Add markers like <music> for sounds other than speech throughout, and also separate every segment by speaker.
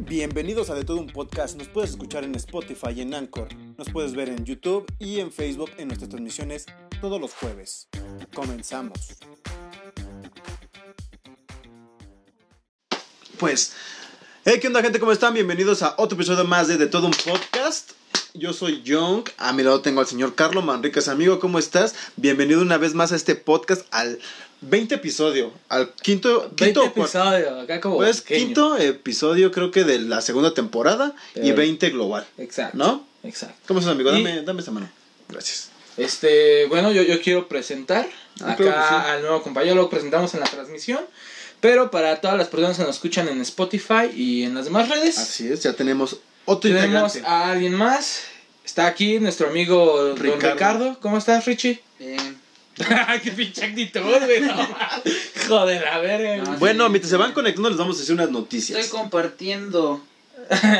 Speaker 1: Bienvenidos a De Todo Un Podcast. Nos puedes escuchar en Spotify y en Anchor. Nos puedes ver en YouTube y en Facebook en nuestras transmisiones todos los jueves. Comenzamos. Pues, hey, ¿qué onda, gente? ¿Cómo están? Bienvenidos a otro episodio más de De Todo Un Podcast. Yo soy Young. A mi lado tengo al señor Carlo Manriquez. Amigo, ¿cómo estás? Bienvenido una vez más a este podcast, al 20 episodio, al quinto,
Speaker 2: Quinto
Speaker 1: quinto o cuarto.
Speaker 2: episodio, acá como
Speaker 1: Pues
Speaker 2: pequeño.
Speaker 1: quinto episodio creo que de la segunda temporada y
Speaker 2: Pero-
Speaker 1: 20 global,
Speaker 2: Exacto.
Speaker 1: ¿no?
Speaker 2: Exacto.
Speaker 1: ¿Cómo estás, amigo?
Speaker 2: Y-
Speaker 1: Dame, dame esa mano. Gracias.
Speaker 2: Este, bueno, yo, yo quiero presentar
Speaker 1: Ah,
Speaker 2: acá
Speaker 1: claro que sí.
Speaker 2: al nuevo compañero, lo presentamos en la transmisión, pero para todas las personas que nos escuchan en Spotify y en las demás redes,
Speaker 1: Así es, ya tenemos Ah, otro
Speaker 2: tenemos
Speaker 1: integrante.
Speaker 2: a alguien más. Está aquí nuestro amigo
Speaker 1: Ricardo.
Speaker 2: Don Ricardo. ¿Cómo estás, Richie?
Speaker 3: Bien.
Speaker 2: <laughs> ¡Qué pinche actitud, güey! no mames. Joder, a ver.
Speaker 3: No,
Speaker 1: Bueno,
Speaker 3: Sí.
Speaker 1: mientras se van conectando les vamos a decir unas
Speaker 3: Estoy
Speaker 1: noticias.
Speaker 3: compartiendo.
Speaker 2: <laughs>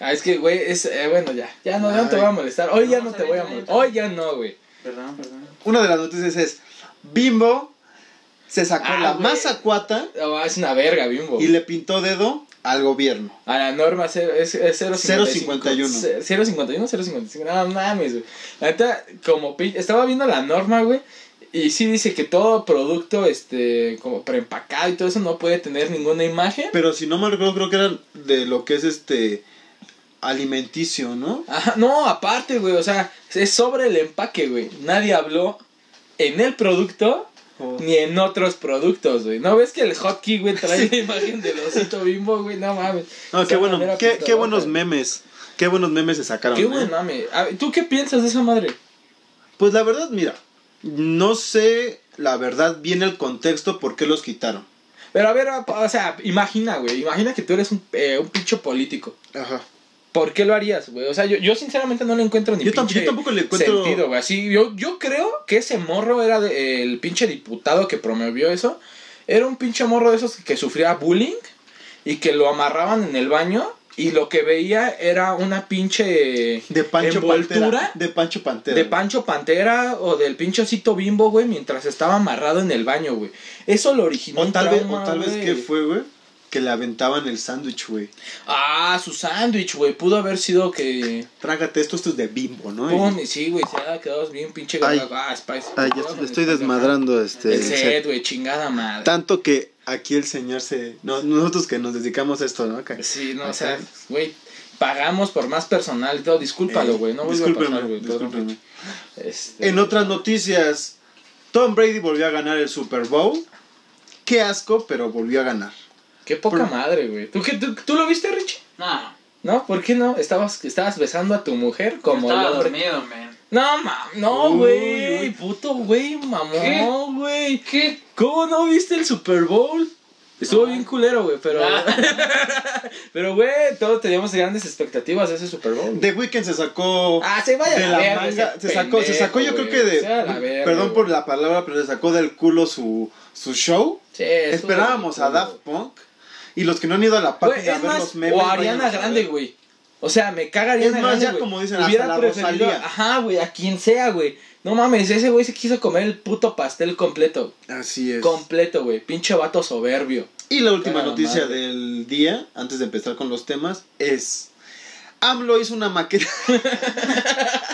Speaker 2: ah, es que, güey, es. eh, bueno, ya. Ya no, ya no te
Speaker 1: Ay.
Speaker 2: voy a molestar. Hoy ya
Speaker 3: No,
Speaker 2: no
Speaker 3: está
Speaker 2: te
Speaker 3: bien,
Speaker 2: voy a
Speaker 3: está bien,
Speaker 2: molestar. Hoy ya no, güey.
Speaker 3: Perdón, perdón.
Speaker 1: Una de las noticias es Bimbo se sacó
Speaker 2: Ah,
Speaker 1: la
Speaker 2: güey.
Speaker 1: más acuata
Speaker 2: No, es una verga, bimbo.
Speaker 1: y le pintó dedo al gobierno.
Speaker 2: A la norma cero- es, es
Speaker 1: 0.51.
Speaker 2: 0.51. 0.51, 0.55. No mames, güey. La neta, como pi- estaba viendo la norma, güey. Y sí dice que todo producto, este, como preempacado y todo eso, no puede tener ninguna imagen.
Speaker 1: Pero si no me recuerdo, creo que era de lo que es este alimenticio, ¿no?
Speaker 2: Ajá, no, aparte, güey, o sea, es sobre el empaque, güey. Nadie habló en el producto ni en otros productos, güey. ¿No ves que el hotkey, güey, trae la imagen del osito bimbo, güey? No mames.
Speaker 1: No, Ah, qué
Speaker 2: Esa
Speaker 1: bueno,
Speaker 2: manera
Speaker 1: qué,
Speaker 2: puta
Speaker 1: qué buenos
Speaker 2: loca.
Speaker 1: memes. Qué buenos memes se sacaron.
Speaker 2: Qué
Speaker 1: ¿eh?
Speaker 2: buen mame. A ver, ¿Tú qué piensas de esa madre?
Speaker 1: Pues la verdad, mira, no sé la verdad bien el contexto por qué los quitaron.
Speaker 2: Pero a ver, o sea, imagina, güey. Imagina que tú eres un, eh, un pincho político.
Speaker 1: Ajá.
Speaker 2: ¿Por qué lo harías, güey? O sea, yo, yo sinceramente no le encuentro ni
Speaker 1: Yo, tam-
Speaker 2: pinche
Speaker 1: yo tampoco le encuentro.
Speaker 2: sentido, güey. Así, yo, yo creo que ese morro era de- el pinche diputado que promovió eso. Era un pinche morro de esos que, sufría bullying y que lo amarraban en el baño y lo que veía era una pinche...
Speaker 1: De Pancho
Speaker 2: Envoltura.
Speaker 1: Pantera. De Pancho Pantera.
Speaker 2: De Pancho Pantera o del pinche osito bimbo, güey, mientras estaba amarrado en el baño, güey. Eso lo originó
Speaker 1: O
Speaker 2: un
Speaker 1: tal, vez,
Speaker 2: trauma,
Speaker 1: o tal vez
Speaker 2: güey.
Speaker 1: que fue, güey, que le aventaban el sándwich, güey.
Speaker 2: Ah, su sándwich, güey. Pudo haber sido que.
Speaker 1: Trágate esto, esto es de bimbo, ¿no?
Speaker 2: Pum, y sí, güey. Se ha quedado bien pinche.
Speaker 1: Ay.
Speaker 2: Ah, Spice.
Speaker 1: Ay, ya estoy, estoy desmadrando este.
Speaker 2: El
Speaker 1: set.
Speaker 2: set, güey. Chingada madre.
Speaker 1: Tanto que aquí el señor se. no, nosotros que nos dedicamos a esto, ¿no? Que-
Speaker 2: Sí, no, o
Speaker 1: Ajá.
Speaker 2: sea, güey. Pagamos por más personal y todo. Discúlpalo,
Speaker 1: Eh,
Speaker 2: güey. No vuelve a
Speaker 1: discúlpenme,
Speaker 2: pasar, güey. todo.
Speaker 1: discúlpenme.
Speaker 2: Este,
Speaker 1: En otras noticias, Tom Brady volvió a ganar el Super Bowl. Qué asco, pero volvió a ganar.
Speaker 2: Qué poca
Speaker 1: por-
Speaker 2: madre, güey. ¿Tú, qué- tú, tú lo viste, Richie?
Speaker 3: No,
Speaker 2: ¿No? ¿Por qué no? Estabas, estabas besando a tu mujer como.
Speaker 3: estaba
Speaker 2: el hombre.
Speaker 3: dormido, man.
Speaker 2: No, mam, no,
Speaker 1: Uy,
Speaker 2: güey.
Speaker 1: uy.
Speaker 2: Puto, güey, mamón,
Speaker 3: ¿Qué?
Speaker 2: güey.
Speaker 3: ¿Qué?
Speaker 2: ¿Cómo no viste el Super Bowl? Estuvo
Speaker 3: No.
Speaker 2: bien culero, güey, pero.
Speaker 3: Ah,
Speaker 2: <laughs> Pero, güey, todos teníamos grandes expectativas de ese Super Bowl. güey.
Speaker 1: The Weeknd se sacó
Speaker 2: Ah, se vaya a
Speaker 1: de la
Speaker 2: verga
Speaker 1: manga.
Speaker 2: ese
Speaker 1: Se sacó, se
Speaker 2: pendejo,
Speaker 1: sacó yo creo
Speaker 2: güey.
Speaker 1: que de.
Speaker 2: Se va a la verga,
Speaker 1: perdón
Speaker 2: güey.
Speaker 1: por la palabra, pero se sacó del culo su, su show.
Speaker 2: Sí, estuvo
Speaker 1: Esperábamos a
Speaker 2: culero,
Speaker 1: Daft Punk. Y los que no han ido a la
Speaker 2: güey.
Speaker 1: página
Speaker 2: Güey,
Speaker 1: a
Speaker 2: es
Speaker 1: ver
Speaker 2: más,
Speaker 1: los memes.
Speaker 2: o
Speaker 1: vayan
Speaker 2: Ariana
Speaker 1: a saber.
Speaker 2: Grande, güey. O sea, me caga Ariana
Speaker 1: Es más,
Speaker 2: Grande,
Speaker 1: ya
Speaker 2: güey.
Speaker 1: como dicen, hasta
Speaker 2: Hubiera
Speaker 1: la
Speaker 2: preferido-
Speaker 1: Rosalía.
Speaker 2: Ajá, güey, a quien sea, güey. No mames, ese güey se quiso comer el puto pastel completo.
Speaker 1: Así es.
Speaker 2: Completo, güey. Pinche vato soberbio.
Speaker 1: <laughs> Y la última
Speaker 2: Ah,
Speaker 1: noticia
Speaker 2: madre.
Speaker 1: del día, antes de empezar con los temas, es. AMLO hizo una maqueta.
Speaker 2: A-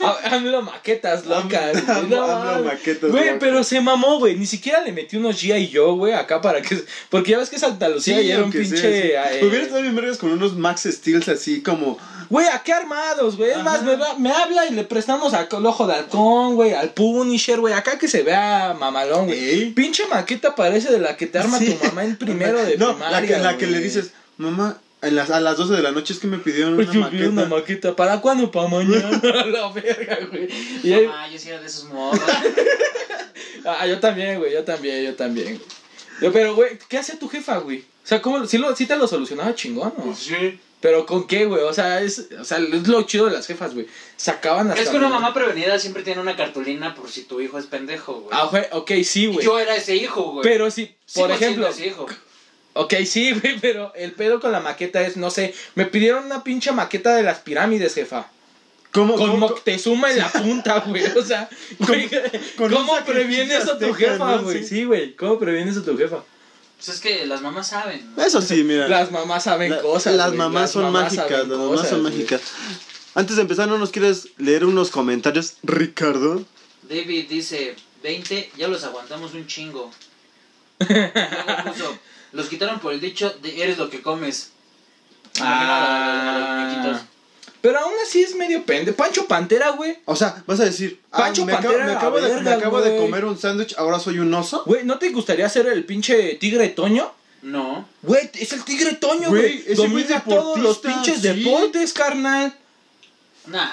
Speaker 2: Ah, AMLO maquetas locas.
Speaker 1: Am- am-
Speaker 2: No,
Speaker 1: AMLO
Speaker 2: mames.
Speaker 1: maquetas
Speaker 2: Güey,
Speaker 1: locas.
Speaker 2: pero se mamó, güey. Ni siquiera le metí unos G.I. y yo, güey, acá para que. Porque ya ves que Santa Lucía y era un
Speaker 1: aunque sea,
Speaker 2: pinche.
Speaker 1: sí.
Speaker 2: eh,
Speaker 1: Hubiera estado bien vergas con unos Max Steels así como.
Speaker 2: Güey, ¿a qué armados, güey? Es
Speaker 3: Ajá.
Speaker 2: más, me, va- me habla y le prestamos al ojo de halcón, güey, al Punisher, güey. Acá que se vea mamalón, güey.
Speaker 1: "Ey".
Speaker 2: Pinche maqueta parece de la que te arma
Speaker 1: Sí.
Speaker 2: tu mamá en primero de
Speaker 1: Ah, <laughs> no,
Speaker 2: primaria.
Speaker 1: la que, la que le
Speaker 2: güey.
Speaker 1: dices, mamá, a las, a las 12 de la noche es que me pidieron
Speaker 2: Pues
Speaker 1: una
Speaker 2: yo quiero
Speaker 1: maqueta.
Speaker 2: una maqueta. ¿Para cuándo? Para mañana. <laughs> la verga, güey. Y ahí,
Speaker 3: Ah, yo sí era de esos morros.
Speaker 2: <laughs> Ah, yo también, güey, yo también, yo también. güey. Yo, pero, güey, ¿qué hacía tu jefa, güey? O sea, ¿cómo, si, lo, si te lo solucionaba chingón, ¿no?
Speaker 3: Sí.
Speaker 2: Pero ¿con qué, güey? O sea, es, o sea, es lo chido de las jefas, güey. Sacaban hasta...
Speaker 3: Es que una mamá prevenida siempre tiene una cartulina por si tu hijo es pendejo, güey.
Speaker 2: Ah, güey, ok, sí, güey.
Speaker 3: yo era ese hijo, güey. pues,
Speaker 2: Pero si,
Speaker 3: Sigo
Speaker 2: por ejemplo...
Speaker 3: siendo ese hijo.
Speaker 2: Ok, sí, <laughs> güey, pero el pedo con la maqueta es, no sé, me pidieron una pinche maqueta de las pirámides, jefa.
Speaker 1: ¿Cómo,
Speaker 2: Con
Speaker 1: cómo-
Speaker 2: Moctezuma en la punta, güey. O sea, güey,
Speaker 1: <laughs> con un
Speaker 2: ¿cómo
Speaker 1: sacrificio
Speaker 2: previene eso tu
Speaker 1: azteca,
Speaker 2: jefa,
Speaker 1: ¿no?
Speaker 2: güey?
Speaker 1: Sí.
Speaker 2: Sí, güey, ¿cómo previene eso tu jefa?
Speaker 3: Pues es que las mamás saben. ¿no?
Speaker 1: Eso sí, mira.
Speaker 2: Las mamás saben
Speaker 1: La-
Speaker 2: cosas.
Speaker 1: Las
Speaker 2: güey,
Speaker 1: mamás son
Speaker 2: mamás
Speaker 1: mágicas,
Speaker 2: saben
Speaker 1: las mamás son
Speaker 2: cosas, güey.
Speaker 1: mágicas. Antes de empezar, ¿no nos quieres leer unos comentarios, Ricardo?
Speaker 3: David dice, 20, ya los aguantamos un chingo. Luego puso, los quitaron por el dicho de eres lo que comes.
Speaker 2: Ah.
Speaker 3: Imagino a- a los muñequitos.
Speaker 2: Pero aún así es medio pende. Pancho Pantera, güey.
Speaker 1: O sea, vas a decir, ah,
Speaker 2: Pancho
Speaker 1: me, acabo,
Speaker 2: Pantera,
Speaker 1: me acabo de,
Speaker 2: la
Speaker 1: me
Speaker 2: verga,
Speaker 1: acabo de
Speaker 2: güey.
Speaker 1: comer un sándwich, ahora soy un oso.
Speaker 2: Güey, ¿no te gustaría ser el pinche tigre Toño?
Speaker 3: No.
Speaker 2: Güey, es el tigre Toño,
Speaker 1: Güey,
Speaker 2: güey.
Speaker 1: ese güey
Speaker 2: Domina
Speaker 1: deportista,
Speaker 2: todos los pinches
Speaker 1: sí.
Speaker 2: deportes, carnal.
Speaker 3: Nah.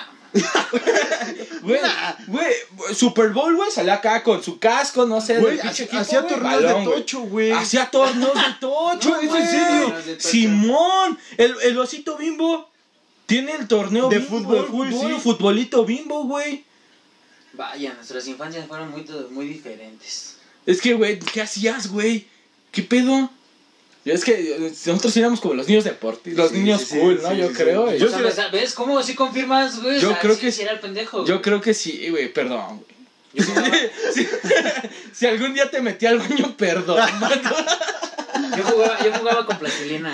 Speaker 2: Güey, güey, Super Bowl, güey, salía acá con su casco, no sé,
Speaker 1: Güey,
Speaker 2: del pinche
Speaker 1: hacía
Speaker 2: equipo,
Speaker 1: hacía
Speaker 2: güey,
Speaker 1: torneos
Speaker 2: balón,
Speaker 1: de
Speaker 2: güey.
Speaker 1: tocho, güey.
Speaker 2: Hacía <laughs> torneos de tocho,
Speaker 3: No,
Speaker 2: güey.
Speaker 3: es en serio.
Speaker 2: Simón, el, el osito bimbo tiene el torneo
Speaker 1: De
Speaker 2: bimbo,
Speaker 1: fútbol, güey, sí.
Speaker 2: futbolito bimbo, güey.
Speaker 3: Vaya, nuestras infancias fueron muy, muy diferentes.
Speaker 2: Es que, güey, ¿qué hacías, güey? ¿Qué pedo? Y Es que eh, nosotros éramos como los niños deportistas, los
Speaker 1: Sí,
Speaker 2: niños
Speaker 1: sí, sí,
Speaker 2: cool, ¿no?
Speaker 1: sí,
Speaker 2: yo
Speaker 1: sí,
Speaker 2: creo.
Speaker 1: sí.
Speaker 2: eh.
Speaker 1: Yo
Speaker 3: O sea,
Speaker 1: sí era-
Speaker 3: ¿ves- ¿Ves cómo así confirmas, güey? O
Speaker 2: Yo
Speaker 3: sea,
Speaker 2: creo
Speaker 3: sí,
Speaker 2: que-
Speaker 3: sí era el pendejo.
Speaker 2: Yo
Speaker 3: güey.
Speaker 2: creo que sí, güey, perdón, güey.
Speaker 3: Yo jugaba,
Speaker 2: <laughs> Si, si algún día te metí al baño, perdón. <laughs>
Speaker 3: yo jugaba, yo jugaba con plastilina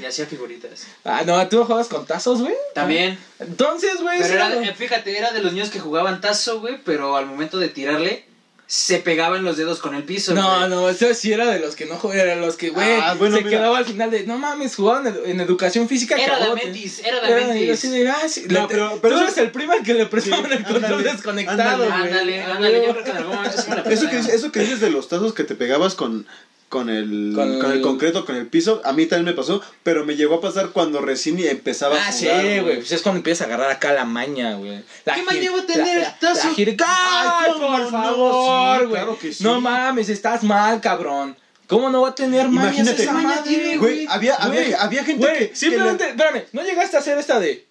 Speaker 3: y hacía figuritas.
Speaker 2: ah, no, tú no jugabas con tazos, güey.
Speaker 3: También.
Speaker 2: Entonces, Ah, güey,
Speaker 3: Pero
Speaker 2: eso
Speaker 3: era,
Speaker 2: era-
Speaker 3: de- eh, fíjate, era de los niños que jugaban tazo, güey, pero al momento de tirarle, se pegaban los dedos con el piso.
Speaker 2: No,
Speaker 3: güey.
Speaker 2: no, eso sí era de los que no jugaban, eran los que, güey,
Speaker 1: Ah, bueno,
Speaker 2: se
Speaker 1: mira.
Speaker 2: quedaba al final de, no mames, jugaban en, en educación física.
Speaker 3: Era de
Speaker 2: cabrón".
Speaker 3: mentis, era de
Speaker 2: Era de-
Speaker 3: mentis.
Speaker 2: así de, ah, sí,
Speaker 1: No,
Speaker 2: le-
Speaker 1: pero- pero
Speaker 2: tú
Speaker 1: eso-
Speaker 2: eres el primo al que le prestaban
Speaker 1: Sí,
Speaker 2: el control
Speaker 1: ándale,
Speaker 2: desconectado, güey.
Speaker 3: Ándale,
Speaker 2: Ah,
Speaker 3: ándale,
Speaker 2: güey.
Speaker 3: yo creo que en algún momento
Speaker 2: <laughs>
Speaker 3: sí me la
Speaker 1: Eso que,
Speaker 3: prestaron.
Speaker 1: dices- eso que dices de los tazos que te pegabas con, con, el,
Speaker 2: Con
Speaker 1: con,
Speaker 2: el-
Speaker 1: el concreto, con el piso, a mí también me pasó, pero me llegó a pasar cuando recién empezaba a
Speaker 2: Ah, sí,
Speaker 1: jugar,
Speaker 2: güey, pues es cuando empiezas a agarrar acá la maña, güey. La
Speaker 3: ¿Qué
Speaker 2: gir-
Speaker 3: maña va a tener
Speaker 2: la-
Speaker 3: el tazo?
Speaker 2: la gir- ¡Ay,
Speaker 1: Ay, cómo
Speaker 2: por
Speaker 1: no,
Speaker 2: favor,
Speaker 1: sí,
Speaker 2: güey!
Speaker 1: claro que sí.
Speaker 2: No mames, estás mal, cabrón. ¿Cómo no va a tener mañas
Speaker 1: Imagínate.
Speaker 2: esa
Speaker 1: ¿Qué
Speaker 3: maña
Speaker 2: madre,
Speaker 3: tiene,
Speaker 2: güey?
Speaker 1: Güey, había, había,
Speaker 2: Güey,
Speaker 1: había gente que-
Speaker 2: Güey,
Speaker 1: que...
Speaker 2: simplemente, espérame, no llegaste a hacer esta de.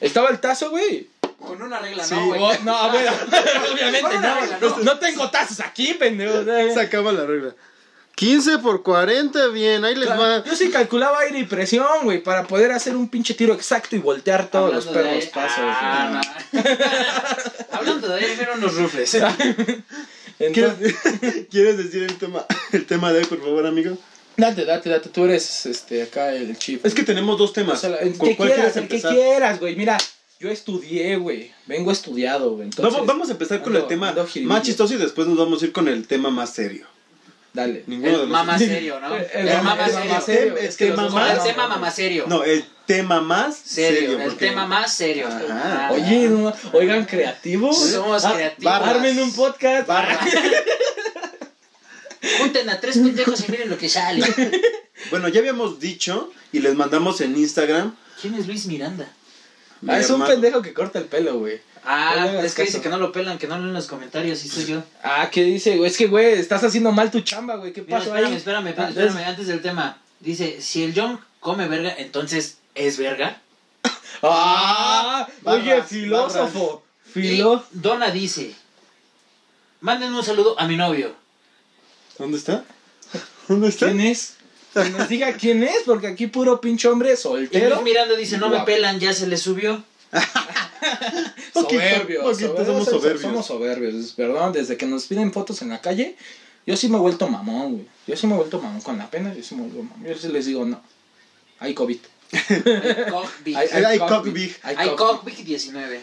Speaker 2: Estaba el tazo, güey.
Speaker 3: Con una regla,
Speaker 1: Sí.
Speaker 3: ¿no, güey?
Speaker 2: Oh, no, a ver, obviamente
Speaker 3: Ahora
Speaker 2: no,
Speaker 3: no,
Speaker 2: güey,
Speaker 3: no.
Speaker 2: no. tengo tazos aquí, pendejo.
Speaker 1: le- Sacaba la regla. 15 por 40, bien, ahí les va.
Speaker 2: Yo sí calculaba aire y presión, güey, para poder hacer un pinche tiro exacto y voltear todos los
Speaker 3: Hablando de
Speaker 2: perros
Speaker 3: aire-
Speaker 2: pasos.
Speaker 3: Ah, no. <laughs> Hablando de aire, vieron unos
Speaker 2: <laughs>
Speaker 3: rufles.
Speaker 2: güey. Entonces-
Speaker 1: ¿Quieres, <laughs> ¿Quieres decir el tema, el tema de hoy, por favor, amigo?
Speaker 2: Date, date, date. Tú eres este, acá el chief.
Speaker 1: Es que tenemos dos temas.
Speaker 2: El
Speaker 1: ¿Con
Speaker 2: que
Speaker 1: cuál
Speaker 2: quieras,
Speaker 1: quieres
Speaker 2: el que
Speaker 1: empezar?
Speaker 2: quieras, güey. Mira, yo estudié, güey. Vengo estudiado, güey. Entonces,
Speaker 1: vamos, vamos a empezar con
Speaker 2: ando-
Speaker 1: el tema
Speaker 2: ando jiribilla.
Speaker 1: más chistoso y después nos vamos a ir con el tema más serio.
Speaker 2: Dale. Eh,
Speaker 1: Ninguno de
Speaker 3: El
Speaker 1: los
Speaker 3: mamá serio, ¿no?
Speaker 2: El-
Speaker 3: El,
Speaker 2: el
Speaker 3: mamá
Speaker 2: el
Speaker 3: serio.
Speaker 2: mamá serio.
Speaker 1: Tem-
Speaker 2: Es
Speaker 1: es
Speaker 2: que
Speaker 1: que
Speaker 2: los dos
Speaker 3: Con
Speaker 1: mamá-
Speaker 3: el
Speaker 2: hablamos,
Speaker 3: tema
Speaker 2: güey.
Speaker 3: mamá serio.
Speaker 1: No, el tema más
Speaker 3: serio,
Speaker 1: serio.
Speaker 3: el
Speaker 1: porque-
Speaker 3: tema más serio.
Speaker 1: Ajá.
Speaker 3: Ah.
Speaker 2: Oye, no, oigan, creativos.
Speaker 3: Somos
Speaker 1: Ah,
Speaker 3: creativos.
Speaker 1: barras.
Speaker 2: Armen un podcast.
Speaker 1: Barra.
Speaker 3: Junten a tres pendejos y miren lo que sale.
Speaker 1: Bueno, ya habíamos dicho y les mandamos en Instagram.
Speaker 3: ¿Quién es Luis Miranda?
Speaker 1: mi
Speaker 2: Ah, es un
Speaker 1: hermano.
Speaker 2: pendejo que corta el pelo, güey. No le
Speaker 3: Ah,
Speaker 2: hagas
Speaker 3: es que dice
Speaker 2: caso.
Speaker 3: que no lo pelan, que no leen los comentarios y soy yo.
Speaker 2: Ah, ¿qué dice, güey? Es que, güey, estás haciendo mal tu chamba, güey. ¿Qué
Speaker 3: Mira,
Speaker 2: pasó
Speaker 3: espérame,
Speaker 2: ahí?
Speaker 3: espérame, espérame,
Speaker 2: Ah,
Speaker 3: espérame, antes del tema. Dice, si el John come verga, entonces es verga.
Speaker 2: Ah,
Speaker 1: Barras,
Speaker 2: oye, filósofo. Filó.
Speaker 3: Y Donna dice, manden un saludo a mi novio.
Speaker 1: ¿Dónde está? ¿Dónde está?
Speaker 2: ¿Quién es? Que nos diga quién es, porque aquí puro pinche hombre
Speaker 3: Y Luis
Speaker 2: soltero.
Speaker 3: Miranda dice, no me
Speaker 2: Guapo.
Speaker 3: pelan, ya se
Speaker 2: <laughs>
Speaker 3: le subió.
Speaker 1: Poquito,
Speaker 2: Soberbios,
Speaker 1: poquito,
Speaker 2: soberbios,
Speaker 1: somos soberbios.
Speaker 2: Somos soberbios, perdón, desde que nos piden fotos en la calle, yo sí me he vuelto mamón, güey. Yo sí me he vuelto mamón con la pena, yo sí me he vuelto mamón. Yo sí les digo, no, hay COVID.
Speaker 3: Ay, cockpit.
Speaker 1: ay, hay COVID.
Speaker 3: Ay, cockpit 19.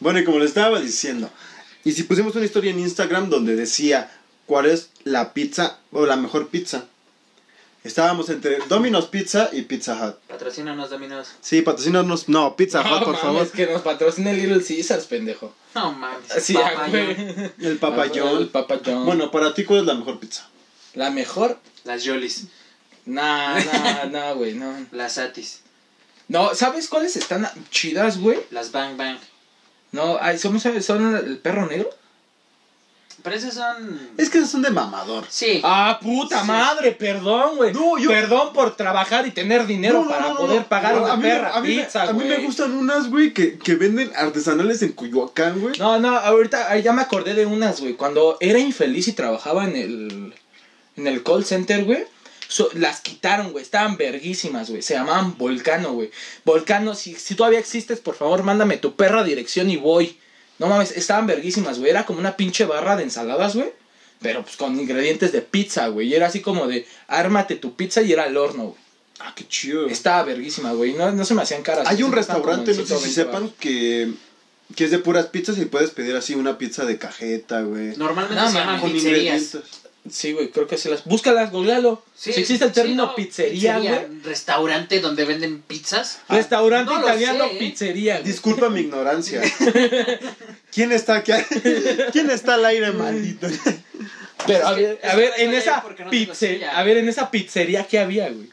Speaker 1: Bueno, y como les estaba diciendo, y si pusimos una historia en Instagram donde decía cuál es la pizza o la mejor pizza. Estábamos entre Domino's Pizza y Pizza Hut.
Speaker 3: Patrocínanos, Dominos.
Speaker 1: Sí, patrocínanos. No, Pizza
Speaker 2: No,
Speaker 1: Hut, por
Speaker 2: mames,
Speaker 1: favor.
Speaker 2: que nos patrocine Little Caesars, pendejo.
Speaker 3: No mames.
Speaker 2: Así,
Speaker 3: Papayón.
Speaker 2: ah, güey.
Speaker 1: El
Speaker 2: El
Speaker 1: papayón.
Speaker 2: papayón.
Speaker 1: Bueno, para ti, ¿cuál es la mejor pizza?
Speaker 2: la mejor.
Speaker 3: Las Yolis.
Speaker 2: Nah, nah, <laughs> nah, güey, no.
Speaker 3: Las Satis.
Speaker 2: No, ¿sabes cuáles están chidas, güey?
Speaker 3: Las Bang Bang.
Speaker 2: No, ay, ¿cómo sabes? ¿Son el perro negro?
Speaker 3: Pero esas son...
Speaker 1: Es que son de mamador.
Speaker 3: Sí.
Speaker 2: Ah, puta
Speaker 3: Sí.
Speaker 2: madre, perdón, güey.
Speaker 1: No, yo-
Speaker 2: Perdón por trabajar y tener dinero
Speaker 1: No, no,
Speaker 2: para
Speaker 1: no, no,
Speaker 2: poder
Speaker 1: no.
Speaker 2: pagar
Speaker 1: No,
Speaker 2: una
Speaker 1: a mí me-
Speaker 2: perra
Speaker 1: a mí me-
Speaker 2: pizza, güey.
Speaker 1: A mí me gustan unas, güey, que, que venden artesanales en Coyoacán, güey.
Speaker 2: No, no, ahorita ay, ya me acordé de unas, güey. Cuando era infeliz y trabajaba en el en el call center, güey. so- las quitaron, güey. Estaban verguísimas, güey. Se llamaban Volcano, güey. Volcano, si, si todavía existes, por favor, mándame tu perra dirección y voy. No mames, estaban verguísimas, güey. Era como una pinche barra de ensaladas, güey. Pero pues con ingredientes de pizza, güey. Y era así como de, ármate tu pizza y era al horno, güey.
Speaker 1: Ah, qué chido.
Speaker 2: Estaba verguísima, güey. No, no se me hacían caras.
Speaker 1: Hay un
Speaker 2: Siempre estaban como en
Speaker 1: restaurante, no sé si
Speaker 2: 120
Speaker 1: sepan, que, que es de puras pizzas y puedes pedir así una pizza de cajeta, güey.
Speaker 3: Normalmente
Speaker 2: No, mames.
Speaker 3: se llaman
Speaker 1: Ah, con
Speaker 3: pizzerías.
Speaker 1: ingredientes.
Speaker 2: baros. Sí, güey, creo que sí las... Búscalas, googlealo. si existe el
Speaker 3: sí,
Speaker 2: término
Speaker 3: no,
Speaker 2: pizzería, güey.
Speaker 3: Restaurante donde venden pizzas.
Speaker 1: Ah,
Speaker 2: Restaurante
Speaker 3: no lo
Speaker 2: italiano,
Speaker 3: sé, eh.
Speaker 2: pizzería, güey.
Speaker 1: Disculpa mi <laughs> ignorancia. ¿Quién está aquí? <laughs> ¿Quién está al aire, maldito?
Speaker 2: Pero a
Speaker 3: Es que-
Speaker 2: ver,
Speaker 3: es
Speaker 2: a
Speaker 3: que
Speaker 2: ver,
Speaker 3: no
Speaker 2: en
Speaker 3: estoy
Speaker 2: esa
Speaker 3: ahí porque no tengo
Speaker 2: pizzería,
Speaker 3: silla.
Speaker 2: a ver, en esa pizzería que había, güey.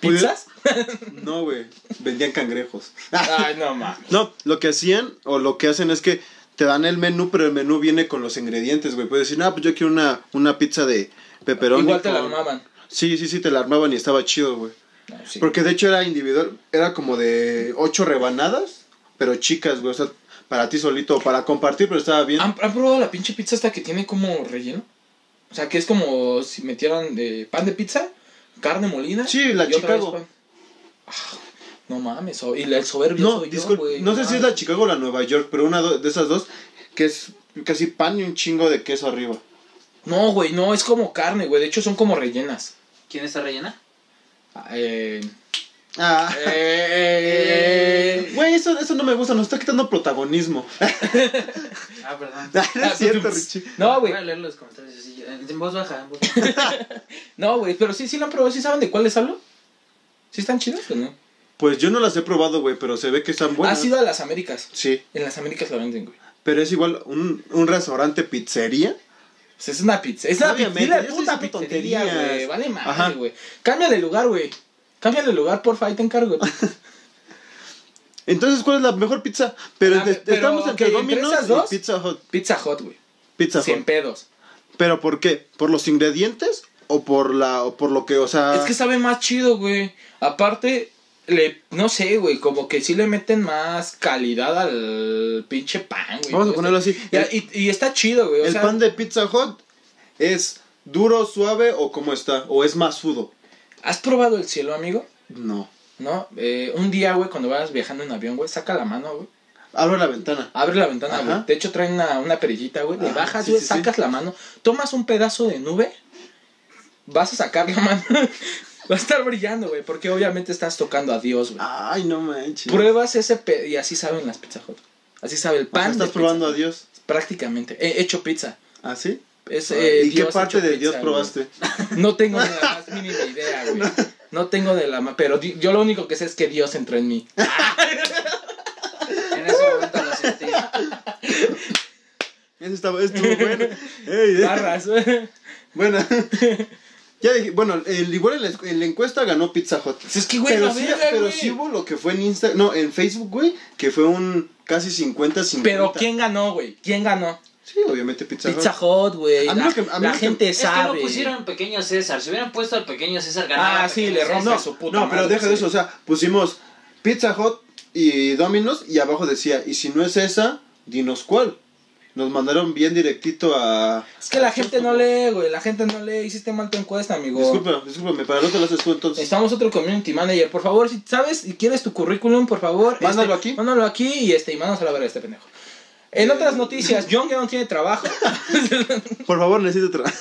Speaker 1: Pues-
Speaker 2: ¿Pizzas?
Speaker 1: <laughs> No, güey. Vendían cangrejos.
Speaker 2: <laughs> Ay, no
Speaker 1: <laughs>
Speaker 2: mames.
Speaker 1: No, lo que hacían o lo que hacen es que te dan el menú, pero el menú viene con los ingredientes, güey. Puedes decir, no, pues yo quiero una, una pizza de pepperoni.
Speaker 2: Igual te la
Speaker 1: con-".
Speaker 2: armaban.
Speaker 1: Sí, sí, sí, te la armaban y estaba chido, güey.
Speaker 2: No, sí.
Speaker 1: Porque de hecho era individual, era como de ocho rebanadas, pero chicas, güey. O sea, para ti solito o para compartir, pero estaba bien.
Speaker 2: ¿Han, han probado la pinche pizza esta que tiene como relleno? O sea, que es como si metieran de pan de pizza, carne molida.
Speaker 1: Sí, la
Speaker 2: y otra vez
Speaker 1: Chicago.
Speaker 2: pan. Ah, no mames, so- y la- el soberbio
Speaker 1: No,
Speaker 2: soy yo,
Speaker 1: disculpa,
Speaker 2: güey, Ah.
Speaker 1: no sé si es la
Speaker 2: mames.
Speaker 1: Chicago o la Nueva York, pero una do- de esas dos que es casi pan y un chingo de queso arriba.
Speaker 2: No, güey, no, es como carne, güey. De hecho, son como rellenas.
Speaker 3: ¿Quién está rellena?
Speaker 2: Eh,
Speaker 1: Ah.
Speaker 2: eh,
Speaker 1: <laughs> Güey, eso, eso no me gusta, nos está quitando protagonismo. <laughs>
Speaker 3: Ah, perdón.
Speaker 1: no es cierto,
Speaker 2: pues.
Speaker 1: Richie.
Speaker 2: no, güey,
Speaker 3: Voy a leer los comentarios así, yo- En voz baja. en voz baja.
Speaker 2: no, güey, pero sí, sí la han probado, sí saben de cuáles hablo. ¿Sí están chidas o no?
Speaker 1: Pues yo no las he probado, güey, pero se ve que están buenas.
Speaker 2: Ha sido a las Américas.
Speaker 1: Sí,
Speaker 2: En las Américas la venden, güey.
Speaker 1: pero es igual un, un restaurante pizzería.
Speaker 2: O sea, es una pizza. Es una
Speaker 1: Obviamente,
Speaker 2: pizzería,
Speaker 1: yo estoy
Speaker 2: puta
Speaker 1: diciendo
Speaker 2: pizzería,
Speaker 1: tonterías.
Speaker 2: güey. Vale
Speaker 1: Ajá.
Speaker 2: madre, güey. Cámbiale de lugar, güey. Cámbiale de lugar, porfa, ahí te encargo.
Speaker 1: <laughs> Entonces, ¿cuál es la mejor pizza? Pero,
Speaker 2: Ah,
Speaker 1: de-
Speaker 2: pero,
Speaker 1: estamos entre
Speaker 2: ok, entre
Speaker 1: Domino's
Speaker 2: esas dos.
Speaker 1: y Pizza Hut.
Speaker 2: Pizza Hot, güey.
Speaker 1: Pizza
Speaker 2: Sin
Speaker 1: Hut.
Speaker 2: pedos.
Speaker 1: ¿Pero por qué? ¿Por los ingredientes o por la o por lo que, o sea,
Speaker 2: Es que sabe más chido, güey. Aparte, le, no sé, güey, como que sí le meten más calidad al pinche pan, güey.
Speaker 1: Vamos a
Speaker 2: Este-
Speaker 1: ponerlo así.
Speaker 2: Y, y- y está chido, güey. o
Speaker 1: el
Speaker 2: sea,
Speaker 1: pan de Pizza Hut es duro, suave o cómo está o es masudo?
Speaker 2: ¿Has probado el cielo, amigo?
Speaker 1: No.
Speaker 2: ¿No? Eh, un día, güey, cuando vas viajando en avión, güey, saca la mano, güey.
Speaker 1: Abro la ventana.
Speaker 2: Abre la ventana,
Speaker 1: Ajá.
Speaker 2: güey. De hecho, traen una, una perillita, güey. Le
Speaker 1: Ah,
Speaker 2: bajas,
Speaker 1: sí,
Speaker 2: güey,
Speaker 1: sí, sí.
Speaker 2: sacas la mano. Tomas un pedazo de nube. Vas a sacar la mano. <laughs> Va a estar brillando, güey. Porque obviamente estás tocando a Dios, güey.
Speaker 1: Ay, no manches.
Speaker 2: Pruebas ese pe- y así saben las Pizza Hut. Así sabe el
Speaker 1: O sea,
Speaker 2: pan.
Speaker 1: estás
Speaker 2: de
Speaker 1: probando
Speaker 2: Pizza
Speaker 1: a Dios.
Speaker 2: Hut. Prácticamente. He hecho pizza.
Speaker 1: ¿Ah, sí?
Speaker 2: Es, eh,
Speaker 1: ¿Y qué
Speaker 2: Dios
Speaker 1: parte
Speaker 2: hecho
Speaker 1: de
Speaker 2: pizza,
Speaker 1: Dios
Speaker 2: güey.
Speaker 1: probaste?
Speaker 2: <laughs> No tengo ni la más mínima
Speaker 1: <laughs>
Speaker 2: idea, güey. No. tengo de la más. Pero di- yo lo único que sé es que Dios entró en mí.
Speaker 3: En ese momento
Speaker 2: <laughs>
Speaker 3: lo sentí.
Speaker 1: Eso estaba, estuvo bueno.
Speaker 2: <laughs>
Speaker 1: Ey, eh. <laughs>
Speaker 2: Barras.
Speaker 1: Bueno. <laughs> Ya dije, bueno, el, igual en la, esc- en la encuesta ganó Pizza Hut.
Speaker 2: Si es que, güey,
Speaker 1: pero
Speaker 2: la
Speaker 1: sí,
Speaker 2: verga,
Speaker 1: pero
Speaker 2: güey.
Speaker 1: sí hubo lo que fue en Instagram, no, en Facebook, güey, que fue un casi 50-50.
Speaker 2: Pero ¿quién ganó, güey? ¿Quién ganó?
Speaker 1: Sí, obviamente Pizza, Hut.
Speaker 2: Pizza Hut, güey.
Speaker 1: A mí lo
Speaker 2: La,
Speaker 1: que- a mí lo
Speaker 2: la
Speaker 1: que-
Speaker 2: gente
Speaker 3: Es que
Speaker 2: sabe.
Speaker 3: no pusieron pequeño César. Si hubieran puesto al pequeño César, ganaba.
Speaker 2: Ah, sí,
Speaker 3: Pequeño
Speaker 2: le
Speaker 3: César.
Speaker 2: rompe su puta
Speaker 1: No, pero
Speaker 2: madre,
Speaker 1: deja de
Speaker 2: sí.
Speaker 1: eso, o sea, pusimos Pizza Hut y Domino's y abajo decía, y si no es esa, dinos cuál. Nos mandaron bien directito a...
Speaker 2: Es que la gente no lee, güey. La gente no lee. Hiciste mal tu encuesta, amigo.
Speaker 1: Disculpa, discúlpame, para no te lo haces tú entonces.
Speaker 2: Estamos otro community manager. Por favor, si sabes y quieres tu currículum, por favor.
Speaker 1: Mándalo
Speaker 2: este,
Speaker 1: aquí.
Speaker 2: Mándalo aquí y este, y mándanos a la verga a este pendejo. En
Speaker 1: Eh. <laughs>
Speaker 2: otras noticias, John que no tiene trabajo.
Speaker 1: Por favor, necesito otra.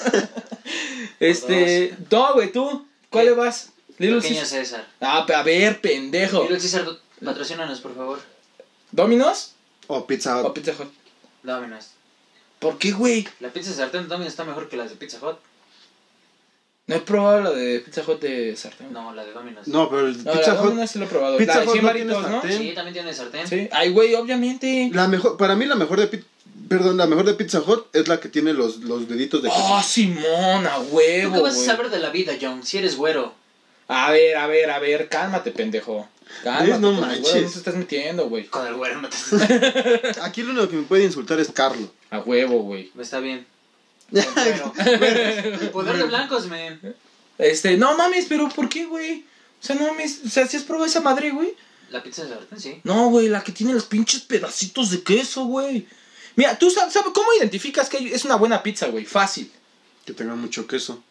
Speaker 1: <laughs>
Speaker 2: este. No, güey, tú. ¿Cuál
Speaker 3: ¿Qué?
Speaker 2: le vas? Little
Speaker 3: Pequeño
Speaker 2: Cis-
Speaker 3: César.
Speaker 2: Ah, a ver, pendejo.
Speaker 3: Little César, patrocínanos, por favor.
Speaker 2: ¿Dominos
Speaker 1: O Oh, Pizza
Speaker 2: o
Speaker 1: Hut.
Speaker 2: Pizza Hut?
Speaker 3: Dominos.
Speaker 2: ¿Por qué, güey?
Speaker 3: La pizza de sartén también está mejor que las de Pizza Hut.
Speaker 2: No he probado la de Pizza Hut de sartén.
Speaker 3: No, la de Dominos.
Speaker 1: No, pero el
Speaker 2: No,
Speaker 1: Pizza
Speaker 2: la
Speaker 1: Hut...
Speaker 2: Domino's sí lo he probado.
Speaker 1: Pizza
Speaker 2: la de
Speaker 1: Hut
Speaker 2: 100
Speaker 1: no tiene
Speaker 2: varitos, ¿no?
Speaker 1: sartén.
Speaker 3: Sí, también tiene sartén.
Speaker 2: Sí. Ay, güey, obviamente.
Speaker 1: La mejor, para mí la mejor de Pizza... Perdón, la mejor de Pizza Hut es la que tiene los, los deditos de...
Speaker 2: Oh, Simona,
Speaker 3: ¿Tú
Speaker 2: huevo.
Speaker 3: qué vas a
Speaker 2: güey.
Speaker 3: saber de la vida, John? Si eres güero.
Speaker 2: A ver, a ver, a ver, cálmate, pendejo. Cálmate,
Speaker 1: Luis, no
Speaker 2: con los
Speaker 1: manches.
Speaker 2: huevos, no te estás metiendo, güey.
Speaker 3: Con el güero no te
Speaker 1: Aquí lo único que me puede insultar es Carlo.
Speaker 2: A huevo, güey.
Speaker 3: <laughs> Está bien. Con
Speaker 2: <laughs>
Speaker 3: güero. El poder de blancos, men.
Speaker 2: Este, no mames, pero ¿por qué, güey? O sea, no mames, o sea, si has probado esa madre, güey.
Speaker 3: La pizza de sartén, sí.
Speaker 2: No, güey, la que tiene los pinches pedacitos de queso, güey. Mira, tú sabes, sabes- cómo identificas que es una buena pizza, güey. Fácil.
Speaker 1: Que tenga mucho queso.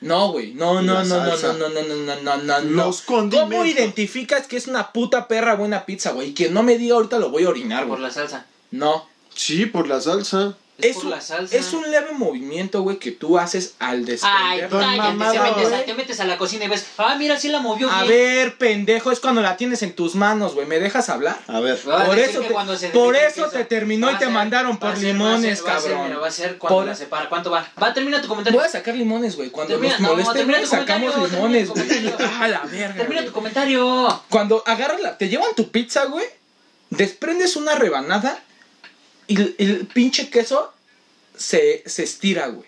Speaker 2: No, güey. No,
Speaker 1: Y
Speaker 2: no,
Speaker 1: la
Speaker 2: no, no,
Speaker 1: salsa.
Speaker 2: no, no, no, no, no, no, no.
Speaker 1: Los condimentos.
Speaker 2: ¿Cómo identificas que es una puta perra buena pizza, güey? Que no me diga ahorita lo voy a orinar,
Speaker 3: Por
Speaker 2: güey.
Speaker 3: la salsa.
Speaker 2: No.
Speaker 1: Sí, por la salsa.
Speaker 3: Es,
Speaker 2: Es,
Speaker 3: por
Speaker 2: un,
Speaker 3: la salsa.
Speaker 2: es un leve movimiento, güey, que tú haces al
Speaker 3: Ay,
Speaker 2: desprender.
Speaker 1: Don
Speaker 3: cállate, se
Speaker 1: mamado,
Speaker 3: metes
Speaker 1: güey.
Speaker 3: a, te metes a la cocina y ves, ah, mira, sí la movió
Speaker 2: ¿eh? a
Speaker 3: bien.
Speaker 2: ver, pendejo, es cuando la tienes en tus manos, güey. ¿Me dejas hablar?
Speaker 1: A ver.
Speaker 3: Va a
Speaker 2: por
Speaker 3: decir
Speaker 2: eso
Speaker 3: que
Speaker 2: te-
Speaker 3: cuando se
Speaker 2: por
Speaker 3: derrite el
Speaker 2: eso
Speaker 3: queso,
Speaker 2: te terminó
Speaker 3: va
Speaker 2: y
Speaker 3: a
Speaker 2: te
Speaker 3: ser-
Speaker 2: mandaron
Speaker 3: va
Speaker 2: por
Speaker 3: a ser,
Speaker 2: limones,
Speaker 3: va a ser,
Speaker 2: cabrón.
Speaker 3: mira, Va a ser cuando
Speaker 2: Por-
Speaker 3: la separa. ¿Cuánto va? Va, termina tu comentario.
Speaker 2: Voy a sacar limones, güey. Cuando
Speaker 3: Termina-
Speaker 2: nos
Speaker 3: no,
Speaker 2: molestemos,
Speaker 3: termina tu
Speaker 2: sacamos
Speaker 3: comentario,
Speaker 2: limones,
Speaker 3: termina tu
Speaker 2: güey. <laughs>
Speaker 3: comentario.
Speaker 2: Ah, la verga.
Speaker 3: Termina
Speaker 2: güey.
Speaker 3: tu comentario.
Speaker 2: Cuando agarras la. Te llevan tu pizza, güey. Desprendes una rebanada. Y el, el pinche queso se, se estira, güey.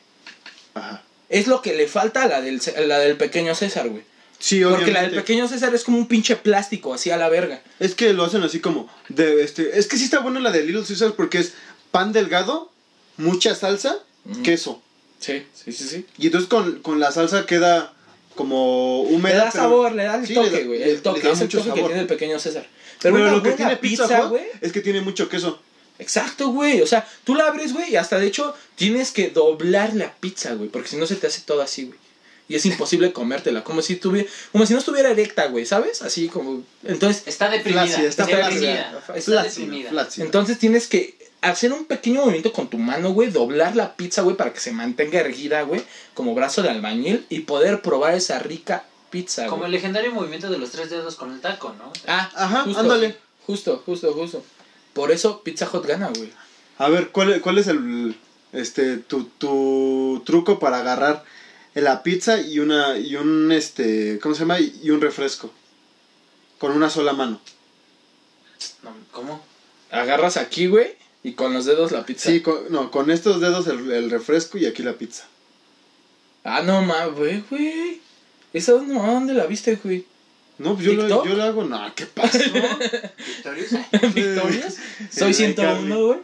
Speaker 1: Ajá.
Speaker 2: Es lo que le falta a la del, Ce- a la del pequeño César, güey.
Speaker 1: Sí,
Speaker 2: Porque la del
Speaker 1: obviamente.
Speaker 2: pequeño César es como un pinche plástico, así a la verga.
Speaker 1: Es que lo hacen así como de este, es que sí está buena la de Little Caesar porque es pan delgado, mucha salsa,
Speaker 2: Ujú.
Speaker 1: queso.
Speaker 2: Sí, sí, sí, sí.
Speaker 1: Y entonces con, con la salsa queda como húmeda.
Speaker 2: Le da
Speaker 1: pero-
Speaker 2: sabor, le da el
Speaker 1: sí, le
Speaker 2: toque,
Speaker 1: da-
Speaker 2: güey.
Speaker 1: le-
Speaker 2: El toque,
Speaker 1: le da
Speaker 2: es el
Speaker 1: mucho
Speaker 2: toque que
Speaker 1: sabor.
Speaker 2: tiene el pequeño César.
Speaker 1: Pero,
Speaker 2: Pero, una
Speaker 1: lo que
Speaker 2: buena
Speaker 1: tiene
Speaker 2: pizza, güey.
Speaker 1: es que tiene mucho queso.
Speaker 2: Exacto, güey. O sea, tú la abres, güey, y hasta de hecho tienes que doblar la pizza, güey. Porque si no se te hace todo así, güey. Y es imposible comértela. Como si tuviera. Como si no estuviera erecta, güey, ¿sabes? Así como. Entonces.
Speaker 3: Está deprimida.
Speaker 1: Flácida, está
Speaker 3: deprimida.
Speaker 1: flácida.
Speaker 3: Está
Speaker 1: Flácida,
Speaker 3: deprimida.
Speaker 1: flácida.
Speaker 2: Entonces tienes que hacer un pequeño movimiento con tu mano, güey. Doblar la pizza, güey, para que se mantenga erguida, güey. Como brazo de albañil. Y poder probar esa rica pizza,
Speaker 3: Como el
Speaker 2: güey.
Speaker 3: legendario movimiento de los tres dedos con el taco, ¿no?
Speaker 2: Ah,
Speaker 1: Ajá,
Speaker 2: justo,
Speaker 1: ándale.
Speaker 2: Justo, justo, justo. Por eso Pizza Hot gana, güey.
Speaker 1: A ver, ¿cuál, cuál es el este tu, tu truco para agarrar la pizza y una y un este, ¿cómo se llama? y un refresco con una sola mano?
Speaker 3: No, ¿Cómo?
Speaker 2: Agarras aquí, güey. Y con los dedos la pizza.
Speaker 1: Sí, con, no, con estos dedos el, el refresco y aquí la pizza.
Speaker 2: Ah, no mames, güey, güey. ¿Esa dónde, mamá, dónde la viste, güey? <laughs>
Speaker 1: No, pues yo lo,
Speaker 2: ¿TikTok?
Speaker 1: yo lo hago, no, ¿qué pasa?
Speaker 2: <laughs>
Speaker 3: ¿Victoriosa?
Speaker 2: ¿Victorias? Soy
Speaker 1: El
Speaker 2: 101,
Speaker 1: iCarly.
Speaker 2: güey.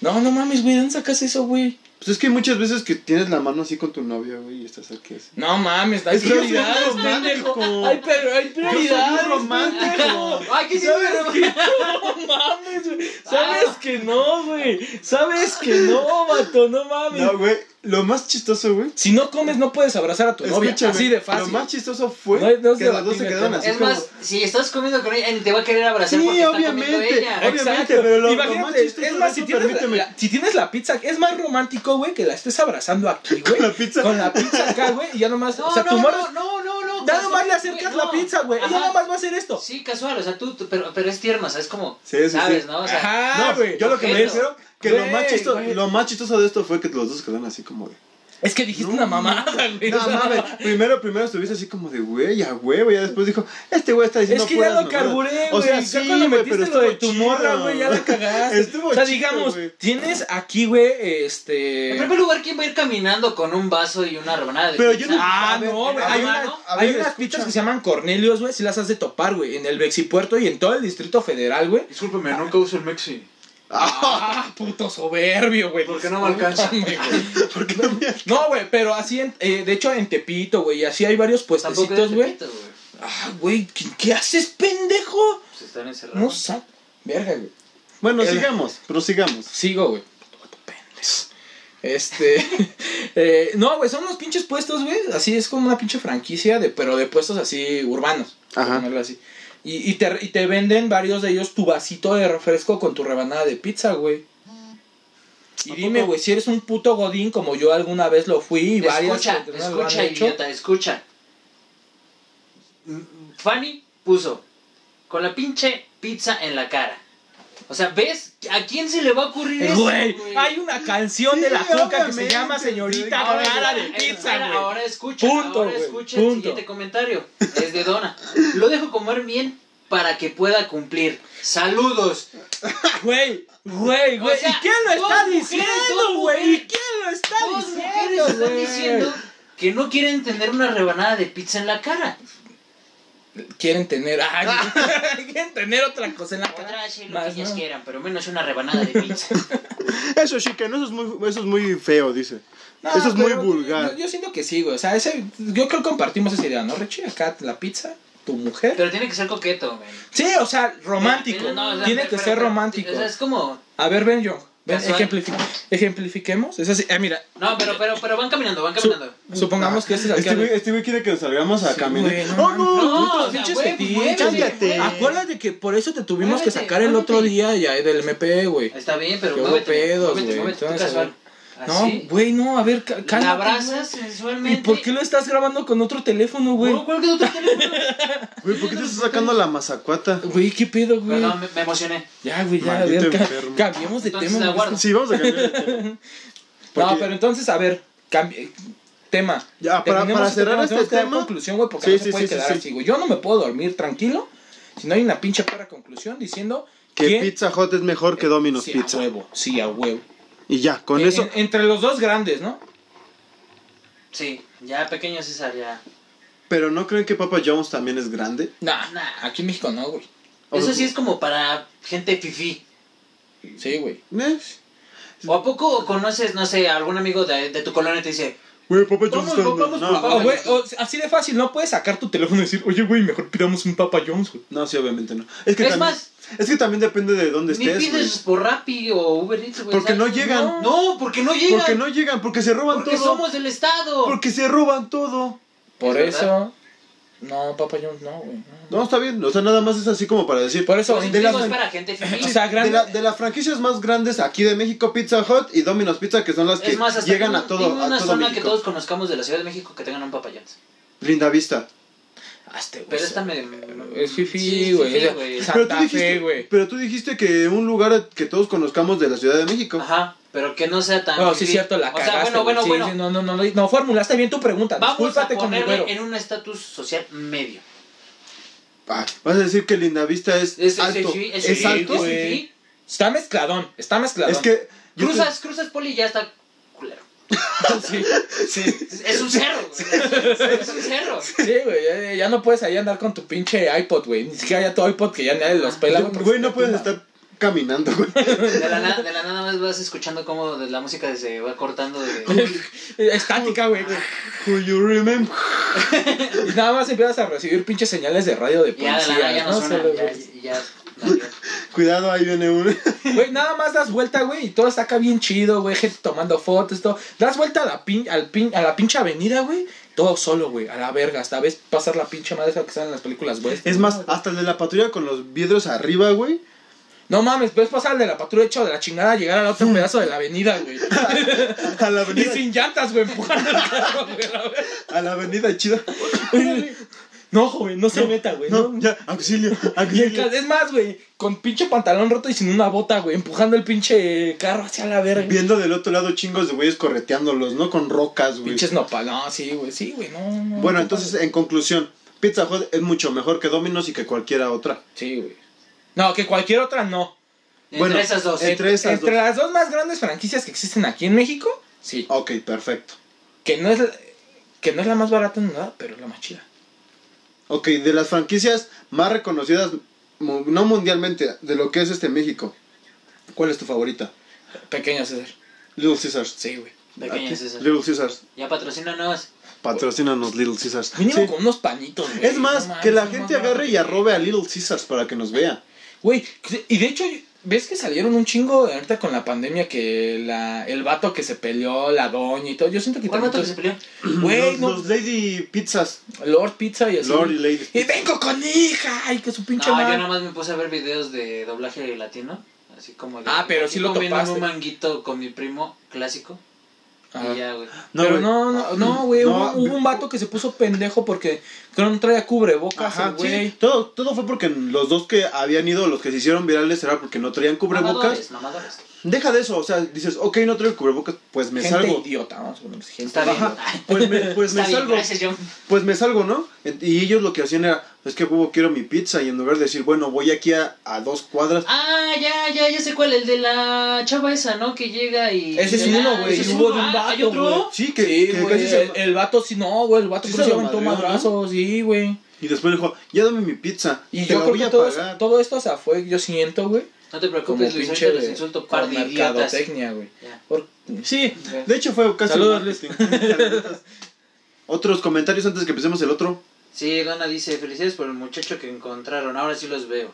Speaker 2: No, no mames, güey, ¿dónde sacas eso, güey?
Speaker 1: Pues es que hay muchas veces que tienes la mano así con tu novia, güey, y estás aquí así.
Speaker 2: No mames, hay
Speaker 1: Es que yo soy un
Speaker 2: prioridades,
Speaker 1: romántico.
Speaker 2: pendejo. Hay, pero hay prioridades,
Speaker 1: romántico.
Speaker 2: pendejo.
Speaker 3: Ay, que
Speaker 1: <laughs>
Speaker 2: <laughs>
Speaker 3: sí,
Speaker 2: ¿Sabes
Speaker 3: güey.
Speaker 2: que no mames, güey?
Speaker 1: Ah.
Speaker 2: ¿Sabes que no, güey? ¿Sabes que no, vato? No mames.
Speaker 1: No, güey, lo más chistoso, güey.
Speaker 2: Si no comes, no puedes abrazar a tu novia.
Speaker 1: escúchame,
Speaker 2: Así de
Speaker 1: Lo
Speaker 2: fácil.
Speaker 1: más chistoso fue
Speaker 2: No es- no es
Speaker 1: que las dos se
Speaker 2: debatible el
Speaker 1: quedaron
Speaker 2: tema.
Speaker 1: así
Speaker 3: Es
Speaker 1: como-
Speaker 3: más, si estás comiendo con ella, ni te va a querer abrazar
Speaker 1: Sí,
Speaker 3: porque está
Speaker 1: obviamente.
Speaker 3: comiendo ella.
Speaker 1: Ay, Obviamente, pero lo- lo más chistoso
Speaker 2: es
Speaker 1: de
Speaker 2: más,
Speaker 1: eso,
Speaker 2: si tienes,
Speaker 1: permíteme.
Speaker 2: la, la- si tienes la pizza, es más romántico, güey, que la estés abrazando aquí,
Speaker 1: <laughs>
Speaker 2: güey.
Speaker 1: Con la pizza.
Speaker 2: Con la pizza acá, güey, y ya nomás,
Speaker 3: No,
Speaker 2: o sea,
Speaker 3: no,
Speaker 2: tu
Speaker 3: no,
Speaker 2: morra,
Speaker 3: no, no, no.
Speaker 2: ya nomás
Speaker 3: casual,
Speaker 2: le acercas
Speaker 3: güey,
Speaker 2: la
Speaker 3: no.
Speaker 2: pizza, güey, ella
Speaker 3: Ajá.
Speaker 2: nomás va a hacer esto.
Speaker 3: Sí, casual, o sea, tú, tú- pero, pero es tierno, o sea, es como,
Speaker 1: Sí, sí, sí.
Speaker 3: ¿sabes, no? O sea,
Speaker 2: Ajá,
Speaker 1: No,
Speaker 2: güey.
Speaker 1: yo lo que me
Speaker 3: Objeto.
Speaker 1: refiero que lo más
Speaker 2: Güey,
Speaker 1: chistoso,
Speaker 2: güey.
Speaker 1: lo más chistoso de esto fue que los dos se quedaron así como de
Speaker 2: Es que dijiste
Speaker 1: No,
Speaker 2: una mamada, güey. o
Speaker 1: No
Speaker 2: sea,
Speaker 1: mames, primero primero estuviste así como de güey, a huevo, ya después dijo, este güey está diciendo
Speaker 2: Es que ya
Speaker 1: puras
Speaker 2: lo
Speaker 1: mamadas".
Speaker 2: carburé,
Speaker 1: O
Speaker 2: güey.
Speaker 1: sea,
Speaker 2: ya
Speaker 1: sí, güey,
Speaker 2: cuando metiste
Speaker 1: pero
Speaker 2: lo de
Speaker 1: estuvo
Speaker 2: tu morra,
Speaker 1: chido.
Speaker 2: güey, ya la
Speaker 1: <laughs>
Speaker 2: cagaste.
Speaker 1: Estuvo
Speaker 2: o sea,
Speaker 1: chido,
Speaker 2: digamos,
Speaker 1: güey.
Speaker 2: tienes aquí, güey, este.
Speaker 3: En primer lugar, ¿quién va a ir caminando con un vaso y una rebanada de
Speaker 1: Pero
Speaker 3: pizza?
Speaker 1: yo no-
Speaker 2: Ah,
Speaker 1: A ver,
Speaker 2: no, güey.
Speaker 3: a
Speaker 2: Hay,
Speaker 3: ver,
Speaker 2: unas-
Speaker 3: ¿no?
Speaker 1: A
Speaker 2: hay
Speaker 1: ver,
Speaker 2: unas
Speaker 1: escucha.
Speaker 2: pizzas que se llaman Cornelios, güey. Si las has de topar, güey. En el Vexipuerto y en todo el Distrito Federal, güey.
Speaker 3: Discúlpeme, nunca uso el Mexi.
Speaker 2: Ah, puto soberbio, güey.
Speaker 3: Porque no me alcanza.
Speaker 2: Discúlpame, güey.
Speaker 1: ¿Por qué no me
Speaker 2: No, güey, pero así, en- eh, de hecho, en Tepito, güey. y Así hay varios
Speaker 3: Tampoco
Speaker 2: puestecitos,
Speaker 3: es
Speaker 2: güey.
Speaker 3: Tepito, güey.
Speaker 2: Ah, güey, ¿qué, qué haces, pendejo?
Speaker 3: Pues están encerrados.
Speaker 2: No sa... Verga, güey.
Speaker 1: Bueno,
Speaker 2: El-
Speaker 1: sigamos, prosigamos.
Speaker 2: Sigo, güey. Puto pendejo. Este. <laughs> eh, no, güey, son unos pinches puestos, güey. Así es como una pinche franquicia, de, pero de puestos así urbanos. por
Speaker 1: Ajá.
Speaker 2: ponerlo así. Y, y te, y te venden varios de ellos tu vasito de refresco con tu rebanada de pizza, güey. Y
Speaker 1: ¿A
Speaker 2: dime,
Speaker 1: poco?
Speaker 2: güey, si eres un puto godín como yo alguna vez lo fui y varias
Speaker 3: Escucha,
Speaker 2: personas lo han
Speaker 3: escucha,
Speaker 2: hecho.
Speaker 3: idiota, escucha. Mm, Fanny puso con la pinche pizza en la cara. O sea, ¿ves? ¿A quién se le va a ocurrir eso?
Speaker 2: Eh, Güey, hay una canción de
Speaker 1: Sí,
Speaker 2: la coca que se
Speaker 1: obviamente,
Speaker 2: llama Señorita
Speaker 1: güey.
Speaker 2: Cara de
Speaker 3: ahora,
Speaker 2: Pizza,
Speaker 3: ahora,
Speaker 2: güey.
Speaker 3: ahora escucha,
Speaker 2: Punto,
Speaker 3: ahora
Speaker 2: güey,
Speaker 3: escucha el
Speaker 2: punto.
Speaker 3: siguiente comentario. Es de Dona. Lo dejo comer bien para que pueda cumplir. Saludos.
Speaker 2: Güey, güey,
Speaker 3: O
Speaker 2: güey.
Speaker 3: sea,
Speaker 2: ¿Y quién lo
Speaker 3: dos
Speaker 2: está
Speaker 3: mujeres,
Speaker 2: diciendo,
Speaker 3: dos
Speaker 2: güey? ¿Y
Speaker 3: mujeres.
Speaker 2: quién lo está
Speaker 3: Dos mujeres
Speaker 2: diciendo,
Speaker 3: están
Speaker 2: güey?
Speaker 3: diciendo que no quieren tener una rebanada de pizza en la cara.
Speaker 2: Quieren tener. ay, <laughs> quieren tener otra cosa en la cara.
Speaker 3: Podrá decir Ah. lo
Speaker 2: Más,
Speaker 3: que ellas
Speaker 2: ¿no?
Speaker 3: quieran, pero menos una rebanada de
Speaker 2: <laughs>
Speaker 3: pizza.
Speaker 1: Eso chica, no, eso es muy eso es muy feo, dice.
Speaker 2: No,
Speaker 1: eso es muy
Speaker 2: pero
Speaker 1: vulgar.
Speaker 2: Yo, yo siento que sí, güey. O sea, ese, yo creo que compartimos esa idea, ¿no, Richie? Acá la pizza, tu mujer.
Speaker 3: Pero tiene que ser coqueto, güey.
Speaker 2: Sí, o sea, romántico.
Speaker 3: No, o sea,
Speaker 2: Tiene
Speaker 3: pero-
Speaker 2: que
Speaker 3: pero-
Speaker 2: ser
Speaker 3: pero-
Speaker 2: romántico.
Speaker 3: O sea, es como.
Speaker 2: A ver, ven, John. Ven,
Speaker 3: Casual.
Speaker 2: ejemplifi- ejemplifiquemos. Es así. Eh, mira,
Speaker 3: No, pero, pero, pero van caminando, van
Speaker 2: su-
Speaker 3: caminando.
Speaker 2: supongamos que este es
Speaker 1: Este
Speaker 2: aquí.
Speaker 1: güey, este güey quiere que nos salgamos a
Speaker 2: Sí,
Speaker 1: caminar.
Speaker 2: güey, no
Speaker 1: ¡Oh,
Speaker 2: mames.
Speaker 1: no!
Speaker 3: No,
Speaker 2: putos
Speaker 3: o sea,
Speaker 2: pinches
Speaker 3: güey, pues,
Speaker 2: fetiches,
Speaker 1: cállate.
Speaker 3: güey.
Speaker 2: Acuérdate que por eso te tuvimos que
Speaker 3: Muévete,
Speaker 2: sacar el otro
Speaker 3: muévete.
Speaker 2: día ya del MP, güey.
Speaker 3: Está bien, pero
Speaker 2: Yo hago
Speaker 3: muévete.
Speaker 2: pedos,
Speaker 3: muévete,
Speaker 2: güey,
Speaker 3: muévete, tú
Speaker 2: entonces,
Speaker 3: casual.
Speaker 2: No,
Speaker 3: Así.
Speaker 2: güey, no, a ver, ca- cálmate,
Speaker 3: la abrazas
Speaker 2: güey. ¿Y
Speaker 3: sensualmente.
Speaker 2: por qué lo estás grabando con otro teléfono, güey?
Speaker 3: No, ¿cuál que
Speaker 2: <laughs>
Speaker 3: otro teléfono?
Speaker 1: Güey, ¿por qué te estás sacando la mazacuata?
Speaker 2: Güey, qué pedo, güey.
Speaker 3: Perdón, me, me emocioné.
Speaker 2: Ya, güey, ya, a
Speaker 1: Maldito
Speaker 2: ver, ca-
Speaker 1: enfermo.
Speaker 2: cambiemos de
Speaker 3: Entonces,
Speaker 2: tema.
Speaker 3: la
Speaker 2: güey.
Speaker 3: guardo.
Speaker 1: Sí, vamos a cambiar de tema.
Speaker 2: No,
Speaker 1: Porque-
Speaker 2: pero entonces, a ver, cambi- tema.
Speaker 1: Ya, para,
Speaker 2: Terminemos
Speaker 1: para cerrar
Speaker 2: tenemos
Speaker 1: este
Speaker 2: que dar
Speaker 1: tema.
Speaker 2: conclusión, güey, porque
Speaker 1: Sí,
Speaker 2: no se
Speaker 1: sí,
Speaker 2: puede
Speaker 1: sí, sí,
Speaker 2: quedar
Speaker 1: sí.
Speaker 2: así, güey. Yo no me puedo dormir tranquilo si no hay una pinche perra conclusión diciendo
Speaker 1: Que
Speaker 2: quién-
Speaker 1: Pizza Hot es mejor
Speaker 3: Eh,
Speaker 1: que Domino's
Speaker 2: sí,
Speaker 1: Pizza.
Speaker 2: a huevo, sí, a huevo.
Speaker 1: Y ya, con
Speaker 2: En-
Speaker 1: eso.
Speaker 3: eh,
Speaker 2: en- entre los dos grandes, ¿no?
Speaker 3: Sí, ya pequeño César, ya.
Speaker 1: Pero no creen que Papa Jones también es grande.
Speaker 2: Nah,
Speaker 3: Nah.
Speaker 2: aquí en México no, güey.
Speaker 3: Eso sí es como para gente fifí.
Speaker 2: Sí, güey.
Speaker 1: Eh,
Speaker 3: ¿O a poco conoces, no sé, algún amigo de, de tu colonia y te dice,
Speaker 1: Güey, Papa Jones
Speaker 3: Vamos,
Speaker 1: está
Speaker 3: vamos,
Speaker 1: grande.
Speaker 3: vamos,
Speaker 1: No,
Speaker 2: O,
Speaker 3: vamos.
Speaker 2: Ah, güey, o- así de fácil, no puedes sacar tu teléfono y decir, oye, güey, mejor pidamos un Papa John's, güey.
Speaker 1: no, sí, obviamente no. Es que,
Speaker 3: Es
Speaker 1: también,
Speaker 3: más-
Speaker 1: es que también depende de dónde
Speaker 3: ni
Speaker 1: estés.
Speaker 3: pides
Speaker 1: güey.
Speaker 3: por Rappi o Uber Eats, güey?
Speaker 1: Porque no
Speaker 3: ¿sabes?
Speaker 1: llegan.
Speaker 3: No, porque no llegan.
Speaker 1: Porque
Speaker 3: Porque,
Speaker 1: no llegan, porque se roban todo.
Speaker 3: somos del Estado.
Speaker 1: Porque se roban todo.
Speaker 2: Por
Speaker 3: ¿Es
Speaker 2: eso. No, Papa John's no, güey. no.
Speaker 1: No, está bien. O sea, nada más es así como para decir.
Speaker 2: Por eso,
Speaker 3: Los
Speaker 1: de las-
Speaker 3: incentivos para gente fifí.
Speaker 2: o sea,
Speaker 1: De,
Speaker 2: grande.
Speaker 1: la- de las franquicias más grandes aquí de México, Pizza Hut y Domino's Pizza, que son las que
Speaker 3: es más, hasta
Speaker 1: llegan
Speaker 3: dime
Speaker 1: a todo,
Speaker 3: una
Speaker 1: a todo
Speaker 3: zona que
Speaker 1: México.
Speaker 3: todos conozcamos de la Ciudad de México que tengan un papayón.
Speaker 1: Linda Vista.
Speaker 2: Hazte, Ah, este güey.
Speaker 3: Pero esta me...
Speaker 2: Es
Speaker 3: Sí,
Speaker 2: fifi,
Speaker 3: es
Speaker 2: güey.
Speaker 3: fifí,
Speaker 2: Es-
Speaker 1: Pero
Speaker 2: Santa
Speaker 1: tú, dijiste,
Speaker 2: Fe, güey.
Speaker 1: pero tú dijiste que un lugar que todos conozcamos de la Ciudad de México.
Speaker 3: Ajá, pero que no sea tan...
Speaker 2: No, sí,
Speaker 3: fifí.
Speaker 2: cierto, la
Speaker 3: O sea,
Speaker 2: cagaste.
Speaker 3: bueno, bueno,
Speaker 2: güey. Sí,
Speaker 3: bueno.
Speaker 2: sí, no, no, no, no, no, formulaste bien tu pregunta.
Speaker 3: Vamos a
Speaker 2: Discúlpate con mi güero.
Speaker 3: ponerle en un estatus social medio.
Speaker 1: Ah, Vas a decir que Linda Vista es,
Speaker 3: Es, es
Speaker 1: alto.
Speaker 3: fifí,
Speaker 1: Es,
Speaker 3: es, fifí,
Speaker 1: alto.
Speaker 3: es
Speaker 1: Es,
Speaker 2: güey.
Speaker 3: fifí.
Speaker 2: Está mezcladón, está mezcladón.
Speaker 1: que. yo te-
Speaker 3: Cruzas, cruzas poli y ya está culero.
Speaker 2: <laughs> sí, sí.
Speaker 3: Es- Es
Speaker 2: <laughs>
Speaker 3: un cerro, güey. Es un cerro.
Speaker 2: Sí, güey, ya, ya no puedes ahí andar con tu pinche iPod, güey. Ni siquiera ya tu iPod que ya nadie los
Speaker 3: Ah.
Speaker 1: yo-
Speaker 2: pela.
Speaker 1: güey, no puedes
Speaker 2: <laughs>
Speaker 1: estar caminando, güey. <laughs>
Speaker 3: De la, na- de la nada más vas escuchando cómo de la música se va cortando de...
Speaker 2: Estática, güey.
Speaker 1: Who you remember?
Speaker 2: Y nada más empiezas a recibir pinches señales de radio de
Speaker 3: Ya de la
Speaker 2: policía.
Speaker 3: nada ya no
Speaker 2: ¿no?
Speaker 3: suena.
Speaker 2: Solo,
Speaker 3: Ya,
Speaker 2: güey.
Speaker 3: <laughs> ya, valió.
Speaker 1: Cuidado, ahí viene
Speaker 2: <laughs>
Speaker 1: uno.
Speaker 2: Güey, nada más das vuelta, güey, y todo está acá bien chido, güey, gente tomando fotos, todo. Das vuelta a la, pin, al pin, a la pinche avenida, güey, todo solo, güey, a la verga. Hasta ves pasar la pinche madre esa que sale en las películas, güey.
Speaker 1: Es más, hasta el de la patrulla con los vidrios arriba, güey.
Speaker 2: No mames, ves pasar de la patrulla hecho de la chingada, llegar al otro pedazo de Hmm. <laughs> la avenida, güey.
Speaker 1: A la
Speaker 2: <laughs> y
Speaker 1: avenida,
Speaker 2: sin llantas, güey, empujando el carro, güey. a la <laughs> verga.
Speaker 1: a la avenida chida.
Speaker 2: No, joven, no se meta, güey.
Speaker 1: No,
Speaker 2: no.
Speaker 1: ya, auxilio,
Speaker 2: Y el ca-
Speaker 1: auxilio.
Speaker 2: es más, güey, con pinche pantalón roto y sin una bota, güey, empujando el pinche carro hacia la verga.
Speaker 1: Viendo del otro lado chingos de güeyes correteándolos, ¿no? Con rocas, güey.
Speaker 2: Pinches nopal, no, sí, güey, sí, güey, no, no.
Speaker 1: Bueno,
Speaker 2: no,
Speaker 1: entonces, en conclusión, Pizza Hut es mucho mejor que Domino's y que cualquiera otra.
Speaker 2: Sí, güey. No, que cualquier otra no.
Speaker 1: Bueno,
Speaker 3: Entre esas dos.
Speaker 1: eh, Entre esas
Speaker 2: Entre
Speaker 1: dos.
Speaker 2: las dos más grandes franquicias que existen aquí en México, sí.
Speaker 1: Ok, perfecto.
Speaker 2: Que no es la, que no es la más barata ni nada, pero es la más chida.
Speaker 1: Ok, de las franquicias más reconocidas, mu- no mundialmente, de lo que es este México, ¿cuál es tu favorita?
Speaker 2: Pequeño César.
Speaker 1: Little Caesars.
Speaker 2: Sí, güey.
Speaker 3: Pequeñas esas.
Speaker 1: Little Caesars.
Speaker 3: Ya patrocínanos.
Speaker 1: Patrocínanos Little Caesars.
Speaker 2: Mínimo
Speaker 1: Sí.
Speaker 2: con unos pañitos, güey.
Speaker 1: Es más,
Speaker 2: No mames,
Speaker 1: que la
Speaker 2: no
Speaker 1: gente
Speaker 2: mames.
Speaker 1: agarre y arrobe a Little Caesars para que nos vea.
Speaker 2: Güey, y de hecho, ¿ves que salieron un chingo ahorita con la pandemia que la, el vato que se peleó, la doña y todo? Yo siento que
Speaker 3: ¿Cuál
Speaker 2: también
Speaker 3: vato que se
Speaker 2: todo-
Speaker 3: peleó?
Speaker 2: Güey,
Speaker 1: los,
Speaker 2: no,
Speaker 1: los Lady Pizzas.
Speaker 2: Lord Pizza y así.
Speaker 1: Lord y Lady.
Speaker 2: Y vengo con hija, y que su pinche
Speaker 3: No, yo
Speaker 2: madre.
Speaker 3: nada más me puse a ver videos de doblaje latino. Así como de.
Speaker 2: Ah, pero sí
Speaker 3: aquí
Speaker 2: lo
Speaker 3: comiendo
Speaker 2: topaste.
Speaker 3: un manguito con mi primo clásico.
Speaker 2: Ajá.
Speaker 3: Y ya, güey.
Speaker 1: No,
Speaker 2: Ah. pero
Speaker 1: güey.
Speaker 2: no, no, no, güey.
Speaker 1: No,
Speaker 2: hubo, hubo un vato que se puso pendejo porque creo no traía cubrebocas,
Speaker 1: Ajá,
Speaker 2: el güey.
Speaker 1: sí. Todo, todo fue porque los dos que habían ido, los que se hicieron virales, era porque no traían cubrebocas.
Speaker 3: Mamadores, mamadores.
Speaker 1: Deja de eso, o sea, dices, ok, no traigo cubrebocas, pues me
Speaker 2: gente
Speaker 1: salgo.
Speaker 2: idiota, vamos a poner gente
Speaker 3: Está bien.
Speaker 1: Ajá,
Speaker 2: <laughs>
Speaker 1: pues
Speaker 3: <laughs>
Speaker 1: me, pues me
Speaker 3: Está bien,
Speaker 1: salgo.
Speaker 3: gracias, John.
Speaker 1: Pues me salgo, ¿no? Y ellos lo que hacían era, es que huevo, quiero mi pizza. Y en lugar de decir, bueno, voy aquí a, a dos cuadras.
Speaker 3: Ah, ya, ya, ya sé cuál. El de la chava esa, ¿no? Que llega y.
Speaker 2: Ese es
Speaker 3: Ah,
Speaker 2: uno, güey,
Speaker 3: ese es
Speaker 2: hubo
Speaker 3: uno.
Speaker 2: de un
Speaker 3: Ah,
Speaker 2: vato,
Speaker 3: ¿hay otro?
Speaker 2: güey.
Speaker 1: Sí, que,
Speaker 2: Sí,
Speaker 1: que
Speaker 2: güey.
Speaker 1: casi se-
Speaker 2: El, el vato sí, no, güey. El vato
Speaker 1: Sí
Speaker 2: creo que
Speaker 1: se
Speaker 2: se
Speaker 1: lo
Speaker 2: aventó
Speaker 1: madreó, ¿no?
Speaker 2: madrazos, sí, güey.
Speaker 1: Y después dijo, ya dame mi pizza.
Speaker 2: Y
Speaker 1: te
Speaker 2: yo
Speaker 1: la
Speaker 2: creo
Speaker 1: voy
Speaker 2: que
Speaker 1: a
Speaker 2: todo,
Speaker 1: pagar.
Speaker 2: todo esto se fue, yo siento, güey.
Speaker 3: No te
Speaker 2: Como
Speaker 3: preocupes, Luis,
Speaker 2: pinche
Speaker 3: ahorita los
Speaker 2: de,
Speaker 3: insulto
Speaker 2: como
Speaker 3: par de idiotas.
Speaker 2: mercadotecnia, güey.
Speaker 3: Ya.
Speaker 2: Por-
Speaker 1: Sí, de hecho fue casi.
Speaker 2: Saludos, Luis.
Speaker 1: <laughs> Saluditos. Otros comentarios antes que empecemos el otro.
Speaker 3: Sí, Donna dice, felicidades por el muchacho que encontraron, ahora sí los veo.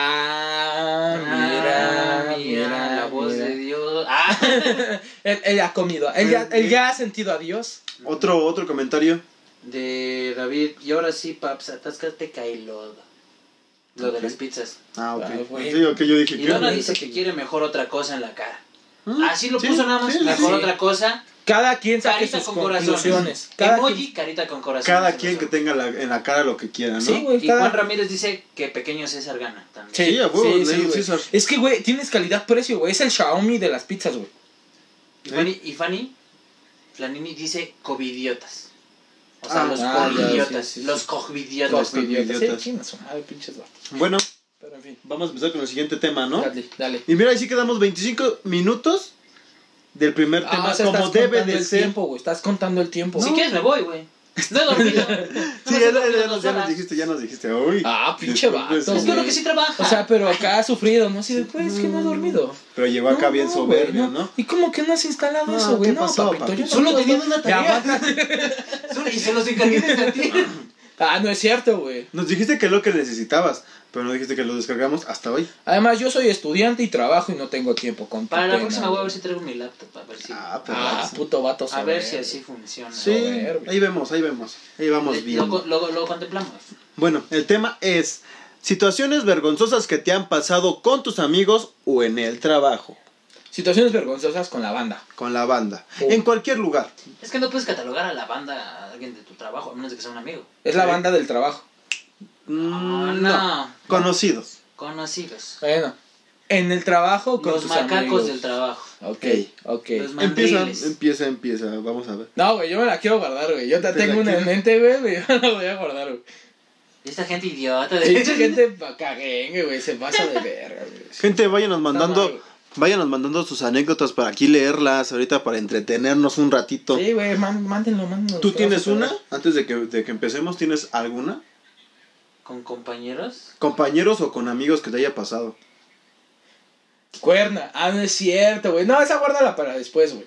Speaker 2: Ah, mira,
Speaker 3: Ah,
Speaker 2: mira,
Speaker 3: la voz
Speaker 2: mira.
Speaker 3: de Dios. Ah, <laughs>
Speaker 2: Él, él ha comido, él ya, él ya ha sentido a Dios.
Speaker 1: Otro, otro comentario.
Speaker 3: de David, y ahora sí, paps, atáscate caído. Lo de las pizzas.
Speaker 1: Ah, ok.
Speaker 2: Ah, güey.
Speaker 1: sí, ok, yo dije
Speaker 3: Y
Speaker 1: ¿qué? Mm,
Speaker 3: Donna dice que quiere mejor otra cosa en la cara. Así lo
Speaker 1: Sí,
Speaker 3: puso nada más
Speaker 1: sí, sí,
Speaker 3: mejor
Speaker 2: sí.
Speaker 3: otra cosa.
Speaker 2: Cada quien saque
Speaker 3: Carita
Speaker 2: sus
Speaker 3: con corazones.
Speaker 2: conclusiones. Cada
Speaker 3: Emoji,
Speaker 2: quien-
Speaker 3: carita con corazones.
Speaker 1: Cada
Speaker 3: se
Speaker 1: quien que
Speaker 3: puso.
Speaker 1: tenga la- en la cara lo que quiera, ¿no?
Speaker 2: Sí, güey.
Speaker 3: Y
Speaker 2: cada-
Speaker 3: Juan Ramírez dice que pequeño César gana también.
Speaker 1: Sí, a huevo,
Speaker 2: sí,
Speaker 1: de
Speaker 2: sí,
Speaker 1: un
Speaker 2: güey.
Speaker 1: César.
Speaker 2: Es que, güey, tienes calidad-precio, güey. Es el Xiaomi de las pizzas, güey.
Speaker 3: Y Fanny, y Fanny Flanini dice covidiotas. O sea,
Speaker 1: Ah,
Speaker 3: los
Speaker 2: ah, ya,
Speaker 3: covidiotas.
Speaker 2: sí, sí, sí.
Speaker 3: Los covidiotas.
Speaker 1: Los-
Speaker 2: Covidiotas.
Speaker 1: idiotas.
Speaker 2: Sí, chinga su madre, pinches vatos.
Speaker 1: Bueno,
Speaker 2: Pero en fin.
Speaker 1: vamos a empezar con el siguiente tema, ¿no?
Speaker 2: Dale, dale.
Speaker 1: Y mira, ahí sí quedamos 25 minutos del primer tema,
Speaker 2: Ah, o sea,
Speaker 1: como
Speaker 2: estás
Speaker 1: debe
Speaker 2: contando
Speaker 1: de
Speaker 2: el
Speaker 1: ser.
Speaker 2: tiempo, güey. Estás contando el tiempo.
Speaker 3: Si
Speaker 2: No.
Speaker 3: quieres me voy, güey. No he dormido.
Speaker 1: <laughs> Sí, ya, ya- ya nos, ya nos dijiste, ya nos dijiste. Uy,
Speaker 2: Ah, pinche
Speaker 1: disculpe,
Speaker 2: vato,
Speaker 3: Es
Speaker 1: sí.
Speaker 3: que uno que sí trabaja.
Speaker 2: O sea, pero acá ha sufrido, ¿no? Así de, pues, que no ha dormido.
Speaker 1: Pero llegó acá
Speaker 2: No,
Speaker 1: bien
Speaker 2: no,
Speaker 1: soberbio,
Speaker 2: güey,
Speaker 1: ¿no?
Speaker 2: ¿Y cómo que no has instalado
Speaker 1: No,
Speaker 2: eso, güey?
Speaker 1: ¿qué
Speaker 2: No,
Speaker 1: pasó,
Speaker 2: papito,
Speaker 1: papi?
Speaker 2: yo no
Speaker 3: Solo
Speaker 2: puedo.
Speaker 3: tenían una
Speaker 2: Me
Speaker 3: tarea.
Speaker 2: aguantas.
Speaker 3: Solo- y se los encargué desde
Speaker 2: <laughs>
Speaker 3: a ti.
Speaker 2: Ah, no es cierto, güey.
Speaker 1: Nos dijiste que es lo que necesitabas, pero no dijiste que lo descargamos hasta hoy.
Speaker 2: Además, yo soy estudiante y trabajo y no tengo tiempo con tu
Speaker 3: Para la
Speaker 2: pena,
Speaker 3: próxima voy a
Speaker 2: güey.
Speaker 3: ver si traigo mi laptop. A ver si.
Speaker 1: Ah, pero
Speaker 2: Ah, puto vato
Speaker 3: a ver
Speaker 2: soberbio.
Speaker 3: si así funciona.
Speaker 1: Sí,
Speaker 2: soberbio.
Speaker 1: ahí vemos, ahí vemos. Ahí vamos
Speaker 3: Eh, Lo,
Speaker 1: bien.
Speaker 3: co- lo, lo contemplamos.
Speaker 1: Bueno, el tema es situaciones vergonzosas que te han pasado con tus amigos o en el trabajo,
Speaker 2: Situaciones vergonzosas con la banda.
Speaker 1: con la banda,
Speaker 2: Oh.
Speaker 1: en cualquier lugar.
Speaker 3: Es que no puedes catalogar a la banda a alguien de tu trabajo, a menos de que sea un amigo.
Speaker 2: Es la
Speaker 1: Sí.
Speaker 2: banda del trabajo.
Speaker 1: Mm,
Speaker 3: Ah,
Speaker 1: no.
Speaker 3: no.
Speaker 1: Conocidos.
Speaker 3: Conocidos.
Speaker 2: Bueno, en el trabajo con
Speaker 3: Los
Speaker 2: tus
Speaker 3: macacos
Speaker 2: amigos.
Speaker 3: del trabajo.
Speaker 2: Ok, ok.
Speaker 3: Los
Speaker 1: Empieza,
Speaker 3: mandriles.
Speaker 1: empieza, empieza. Vamos a ver.
Speaker 2: No, güey, yo me la quiero guardar, güey. Yo
Speaker 1: ¿Te
Speaker 2: te
Speaker 1: la
Speaker 2: tengo una en
Speaker 1: quieres?
Speaker 2: mente, güey, <laughs> pero yo no la voy a guardar,
Speaker 3: <laughs>
Speaker 2: güey.
Speaker 3: Esta gente idiota de <laughs>
Speaker 2: Pinche gente pa' cagengue, güey, se pasa de verga, güey.
Speaker 1: <laughs> Gente, váyanos
Speaker 2: mal,
Speaker 1: mandando,
Speaker 2: güey.
Speaker 1: váyanos mandando sus anécdotas para aquí leerlas ahorita para entretenernos un ratito.
Speaker 2: Sí, güey, man- mándenlo, mándenlo.
Speaker 1: ¿Tú tienes
Speaker 2: Todas,
Speaker 1: una?
Speaker 2: todas.
Speaker 1: Antes de que, de que empecemos, ¿tienes alguna?
Speaker 3: ¿Con compañeros?
Speaker 1: ¿Compañeros o con amigos que te haya pasado?
Speaker 2: Cuerna. Ah, no es cierto, güey. No, esa guárdala para después, güey.